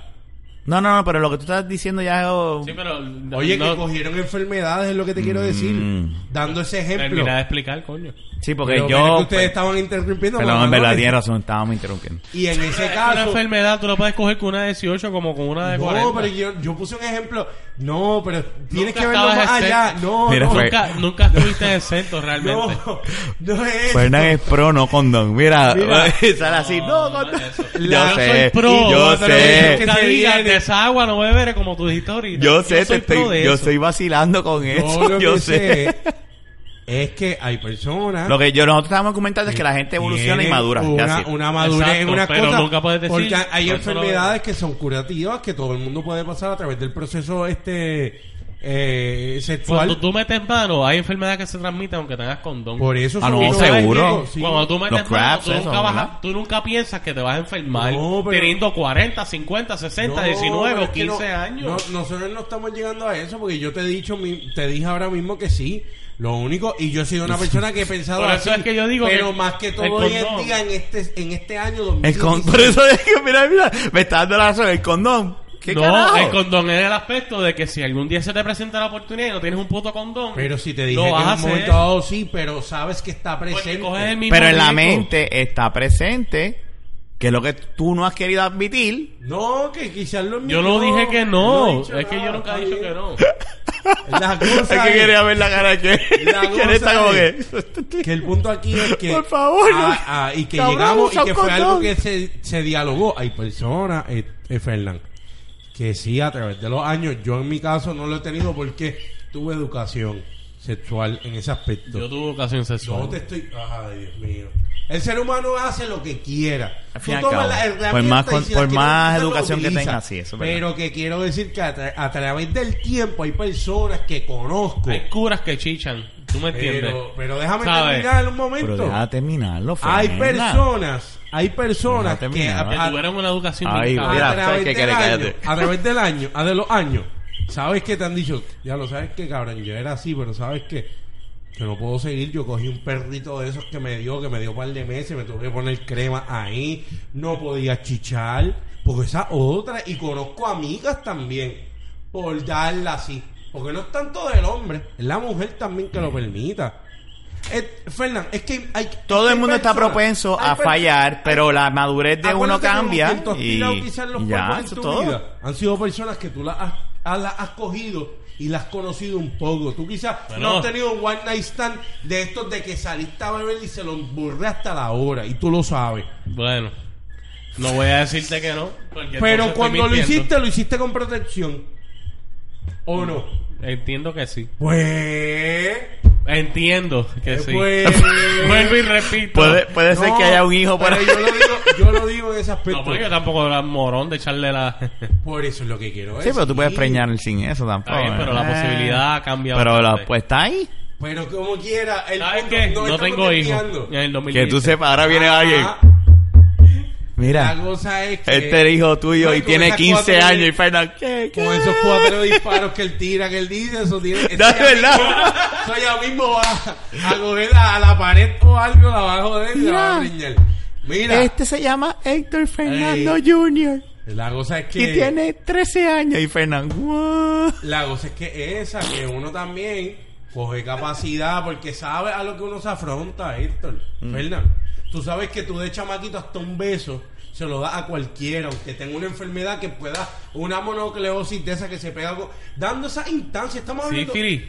No, no, no, pero lo que tú estás diciendo ya es... oh,
Sí, pero.
Oye,
no-
que cogieron enfermedades, es lo que te
Mm.
quiero decir. Dando ese ejemplo.
Termina de explicar, coño.
Sí, porque
Pero mira que
yo... pues,
ustedes estaban interrumpiendo.
Perdón,
mamá,
en verdad,
¿no?
tienes razón, estábamos interrumpiendo.
Y en ese
Una
caso.
enfermedad tú la puedes coger con una de 18 como con una de 40.
No, pero yo, yo puse un ejemplo. No, pero tienes
Nunca
que verlo
estabas
más allá.
exento.
No,
Mira,
no,
fue-
Nunca, nunca estuviste exento realmente.
no, no es.
Fernan es pro, no condón. Mira,
Mira.
sale así, no
no
condón.
es eso.
Yo
La-
Yo soy
sé,
pro.
yo
pero es
sé,
que-
Nunca
se
digas
viene.
desagua, no beberé como tú dijiste ahorita.
yo sé, te
soy pro
estoy,
de
yo
eso.
estoy vacilando con
Yo
eso,
lo
yo
que
sé.
Es que hay personas.
Lo que yo nosotros estábamos comentando es que la gente evoluciona y
Tienen
madura.
Una,
ya sí.
una madurez
Exacto,
es una
pero
cosa.
nunca puedes decir,
porque hay
por eso lo
enfermedades que son curativas que todo el mundo puede pasar a través del proceso este eh,
Cuando
sexual.
tú metes mano, hay enfermedades que se transmiten aunque tengas condón.
Por eso
Ah,
son
no,
unos
seguro.
médicos, sí.
Cuando tú metes
Los
mano,
crabs,
tú,
eso,
nunca vas a-
¿verdad?
tú nunca piensas que te vas a enfermar
No, pero-
teniendo 40, 50, 60,
No,
19
pero es
o
que
15
no-
años.
no, nosotros no estamos llegando a eso porque yo te he dicho, mi- te dije ahora mismo que sí. Lo único, y yo he sido una persona que he pensado
Por eso
así,
es que yo digo
pero
que
más que
el
todo hoy en
condón-
día, en este, en este año
El
2016,
con- por eso es que, mira, mira, me está dando la razón, el condón. ¿Qué
No,
carajo?
el condón es el aspecto de que si algún día se te presenta la oportunidad y no tienes un puto condón,
Pero si te dije
lo
que en
vas a
un
hacer.
momento dado sí, pero sabes que está
porque
presente.
coges el mismo
Pero en la
riesgo.
mente está presente que es lo que tú no has querido admitir.
No, que quizás lo
Yo no dije que no, es que yo nunca he dicho que no.
no. La
Es
cosa
que
es
quería ver la cara de que
La
que él
cosa
está como
es-
que...
que el punto aquí es que...
Por favor,
Ah,
no.
ah, y que
Cabrón,
llegamos y
usa
que
un
fue algo
condón.
que se, se dialogó. Hay personas, eh, eh, Fernán, que sí, a través de los años, yo en mi caso no lo he tenido porque tuve educación sexual en ese aspecto.
Yo tuve ocasión sexual.
No te estoy. Ay, Dios mío. El ser humano hace lo que quiera.
Al
Tú
fin y al
tomas
cabo,
la herramienta
por más
y
con-
si la
por
quieres
más
utilizar, la
educación que
utilizas.
tenga, sí, eso es verdad.
Pero que quiero decir que a, tra- a través del tiempo hay personas que conozco.
Hay curas que chichan, tú me entiendes.
Pero, pero déjame
¿Sabes?
terminar un
Pero
momento.
deja terminarlo,
Hay
Fernanda.
personas, hay
Deja
personas que a,
terminar.
que
a-
tuvieron una educación
Ay,
bien cabrona.
Mira,
a
¿sabes
través
qué?
del
Cállate,
año,
cállate.
a través del año, a de los años, ¿sabes qué te han dicho? Ya lo sabes que cabrón, yo era así, pero ¿sabes qué? Que no puedo seguir, yo cogí un perrito de esos que me dio, que me dio un par de meses, me tuve que poner crema ahí, no podía chichar, porque esa otra, y conozco amigas también, por darla así, porque no es tanto del hombre, es la mujer también que lo permita. Eh, Fernán, es que hay...
Todo el
hay
mundo está
personas- Ah,
propenso
hay
a
per-
fallar, pero la madurez de uno
Acuérdate como
cambia.
quien tú has
Y,
tirado quizás los
y ya,
cuerpos en
eso
tu
todo.
vida. Han sido personas que tú las has, ah, las has cogido y las has conocido un poco. Tú quizás
Bueno.
no has tenido un one night stand de estos de que saliste a beber y se lo emburré hasta la hora y tú lo sabes.
Bueno, No voy a decirte que no. porque entonces
Pero
estoy
cuando lo
mintiendo.
hiciste, lo hiciste con protección.
Mm.
¿O no?
Entiendo que sí.
Pues.
Entiendo que sí.
Pues.
Vuelvo y repito.
Puede, puede ser
No,
que haya un hijo por
pero
ahí. pues,
Yo lo, digo, yo lo digo en ese aspecto.
No, porque yo tampoco era morón de echarle la.
Por eso es lo que quiero
Sí, pero tú puedes
preñar
preñar sin eso tampoco.
Está bien, pero la
Eh.
posibilidad cambia.
Pero la,
bastante.
pues está ahí.
Pero como quiera. El
¿Sabes
punto-
qué?
no
No,
estamos
tengo hijos.
desviando.
En el 2020.
Que tú sepas, ahora viene
Ah,
Ajá.
alguien.
Ah, La
Mira,
cosa es que.
este hijo tuyo
No,
y
con
tiene
esas
15
cuatro-
años y Fernando, ¿qué? ¿Qué?
Con esos cuatro disparos que él tira, que él dice, eso tiene. eso
No, es
ya mismo-
verdad.
Eso ya mismo va a coger a, a la pared o algo de abajo de él y la va a
Mira.
preñar. Mira,
Este se llama Héctor Fernando
Ey.
Jr.
la cosa es que.
y tiene 13 años y Fernando, "Wow".
La cosa es que esa, que uno también coge capacidad porque sabe a lo que uno se afronta, Héctor. Fernan, tú sabes que tú de chamaquito hasta un beso se lo das a cualquiera, aunque tenga una enfermedad que pueda, una monocleosis de esa que se pega con- Dando esa instancia, estamos hablando...
Sífilis.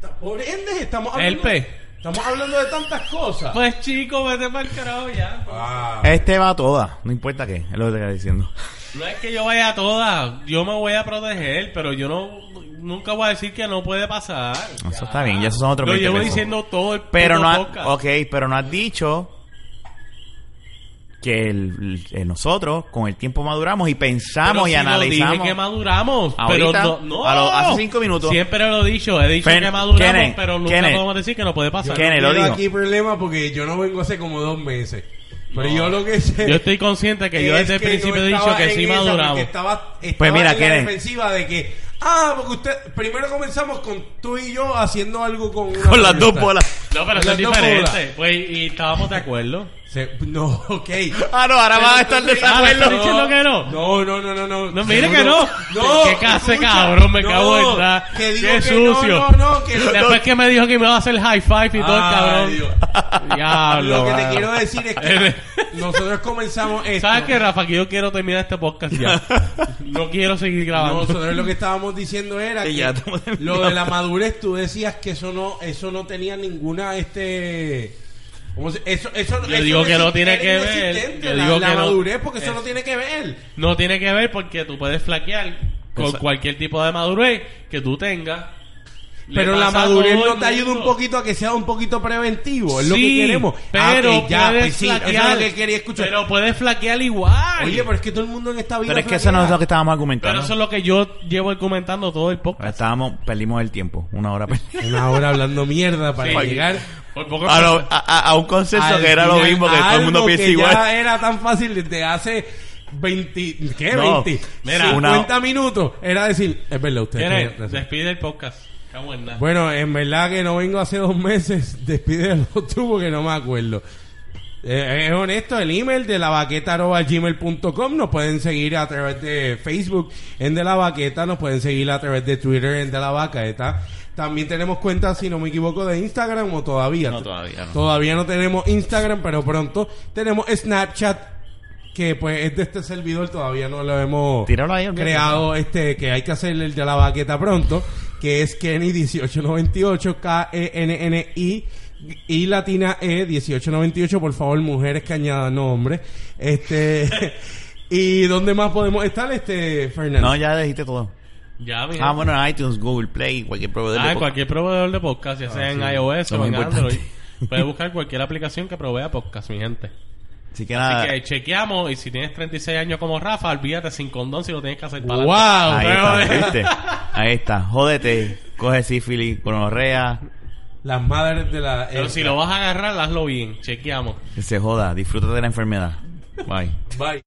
ta- Por ende, estamos hablando...
Herpes.
Estamos hablando de tantas cosas.
Pues chico, vete para el carajo ya.
Ah,
Este va a toda, no importa qué, es lo que te está diciendo.
No es que yo vaya a todas, yo me voy a proteger, pero yo no nunca voy a decir que no puede pasar.
Eso está bien, ya esos son otros
Lo
20
llevo
pesos.
diciendo todo el
Pero
puto
no, ha-
podcast.
ok, pero no has dicho que el- el- nosotros con el tiempo maduramos y pensamos
Pero
y
si lo
analizamos.
dije que maduramos,
Ahorita,
pero no, no.
a lo- hace cinco minutos.
Siempre lo he dicho, he dicho
Fen-
que maduramos,
Kenneth,
pero nunca
Kenneth.
podemos decir que no puede pasar.
Kenneth. lo
quiero
digo.
aquí problema porque yo no vengo hace como dos meses. Pero yo lo que sé...
Yo estoy consciente que yo
Es
desde el
que
principio
yo
he dicho
estaba
que
en
sí
esa, porque
maduramos.
Estaba, estaba
Pues mira,
en la
Kenneth.
defensiva de que, ah, porque usted, primero comenzamos con tú y yo haciendo algo con una
Con las
pelota.
dos bolas.
No, pero
Las
eso es
dos bolas.
diferente. Pues, y estábamos de acuerdo.
Se- no, ok.
Ah, no, ahora
Pero
van a estar
entonces-
desacuerdo.
Ah, ¿me estás diciendo que no?
No, no, no, no. No,
No, mire
Seguro.
que no.
No.
Que case,
escucha,
cabrón, me
no,
cago en la.
Que digo
Qué
que
sucio.
No, no, no, que no.
Después que me dijo que me iba a hacer high five y todo el
Ay,
cabrón.
Dios.
Diablo.
Lo que te
mano.
quiero decir es que nosotros comenzamos esto.
¿Sabes qué, Rafa? Que yo quiero terminar este podcast ya. No quiero seguir grabando.
Nosotros lo que estábamos diciendo era
Que
que
ya estamos
lo de la madurez, tú decías que eso no, eso no tenía ninguna, este... ¿cómo se- Eso, eso,
Yo
eso
digo que no
exi-
tiene
era
que ver.
inexistente,
Yo
la,
digo
la
que no.
madurez, porque eso
Es-
no tiene que ver.
No tiene que ver porque tú puedes flaquear con
Exacto.
cualquier tipo de madurez que tú tengas. Le
Pero la
pasa a
madurez
todo
no
el
te ayuda un
mundo.
poquito a que sea un poquito preventivo, es lo que
Sí,
queremos. Ah,
Pero
que ya,
puedes
pues sí, eso es
flaquear.
lo que quería escuchar.
Pero puedes flaquear igual.
Oye, pero es que todo el mundo en esta vida
Pero es que eso no es lo que estábamos
Pero
argumentando.
eso es lo que yo llevo comentando todo el podcast.
Estábamos, perdimos el tiempo, una hora. per-
flaquea. Una hora hablando mierda para
Sí.
llegar...
Por poco-
A, lo- Ah, a- a- a un consenso
Al
que era lo
final,
mismo, que todo el
algo
mundo piensa
que
igual.
Ya era tan fácil desde hace 20, ¿qué?
No,
20,
mira,
50 minutos. Era decir, es verdad, usted
Tiene-
tiene razón.
despide el podcast. Cago en nada.
Bueno, en verdad que no vengo hace dos meses, despídelo tú porque no me acuerdo. Eh, es honesto, el email de lavaqueta.gmail.com nos pueden seguir a través de Facebook en De La Vaqueta, nos pueden seguir a través de Twitter en De La Vaqueta. También tenemos cuentas, si no me equivoco, de Instagram o todavía.
No, todavía no.
Todavía no tenemos Instagram, pero pronto tenemos Snapchat, que pues es de este servidor, todavía no lo hemos
Tíralo ahí, olvídate.
creado, este, que hay que hacer el de la baqueta pronto, que es Kenny1898, K-E-N-N-I, y latina E, E1898, por favor, mujeres que añadan nombres. Este, ¿y dónde más podemos estar, este, Fernando?
No, ya dijiste todo.
Ya, mira.
Ah, bueno, en iTunes, Google Play, cualquier proveedor.
Ah,
pues.
de
en cualquier proveedor de podcast, ya
Ah,
sea en iOS
Lo
o
más
en
importante.
Android, puedes buscar cualquier aplicación que provea podcast, mi gente.
Así que
Así
nada.
que chequeamos y si tienes 36 años como Rafa, olvídate sin condón si lo tienes que hacer para
¡Wow!
Ahí
pero-
está, ¿viste? Ahí está, jódete, coge sífilis, gonorrea,
Las madres de la...
Pero
eh,
si lo vas a agarrar, hazlo bien. Chequeamos.
que se joda, disfruta de la enfermedad. Bye.
Bye.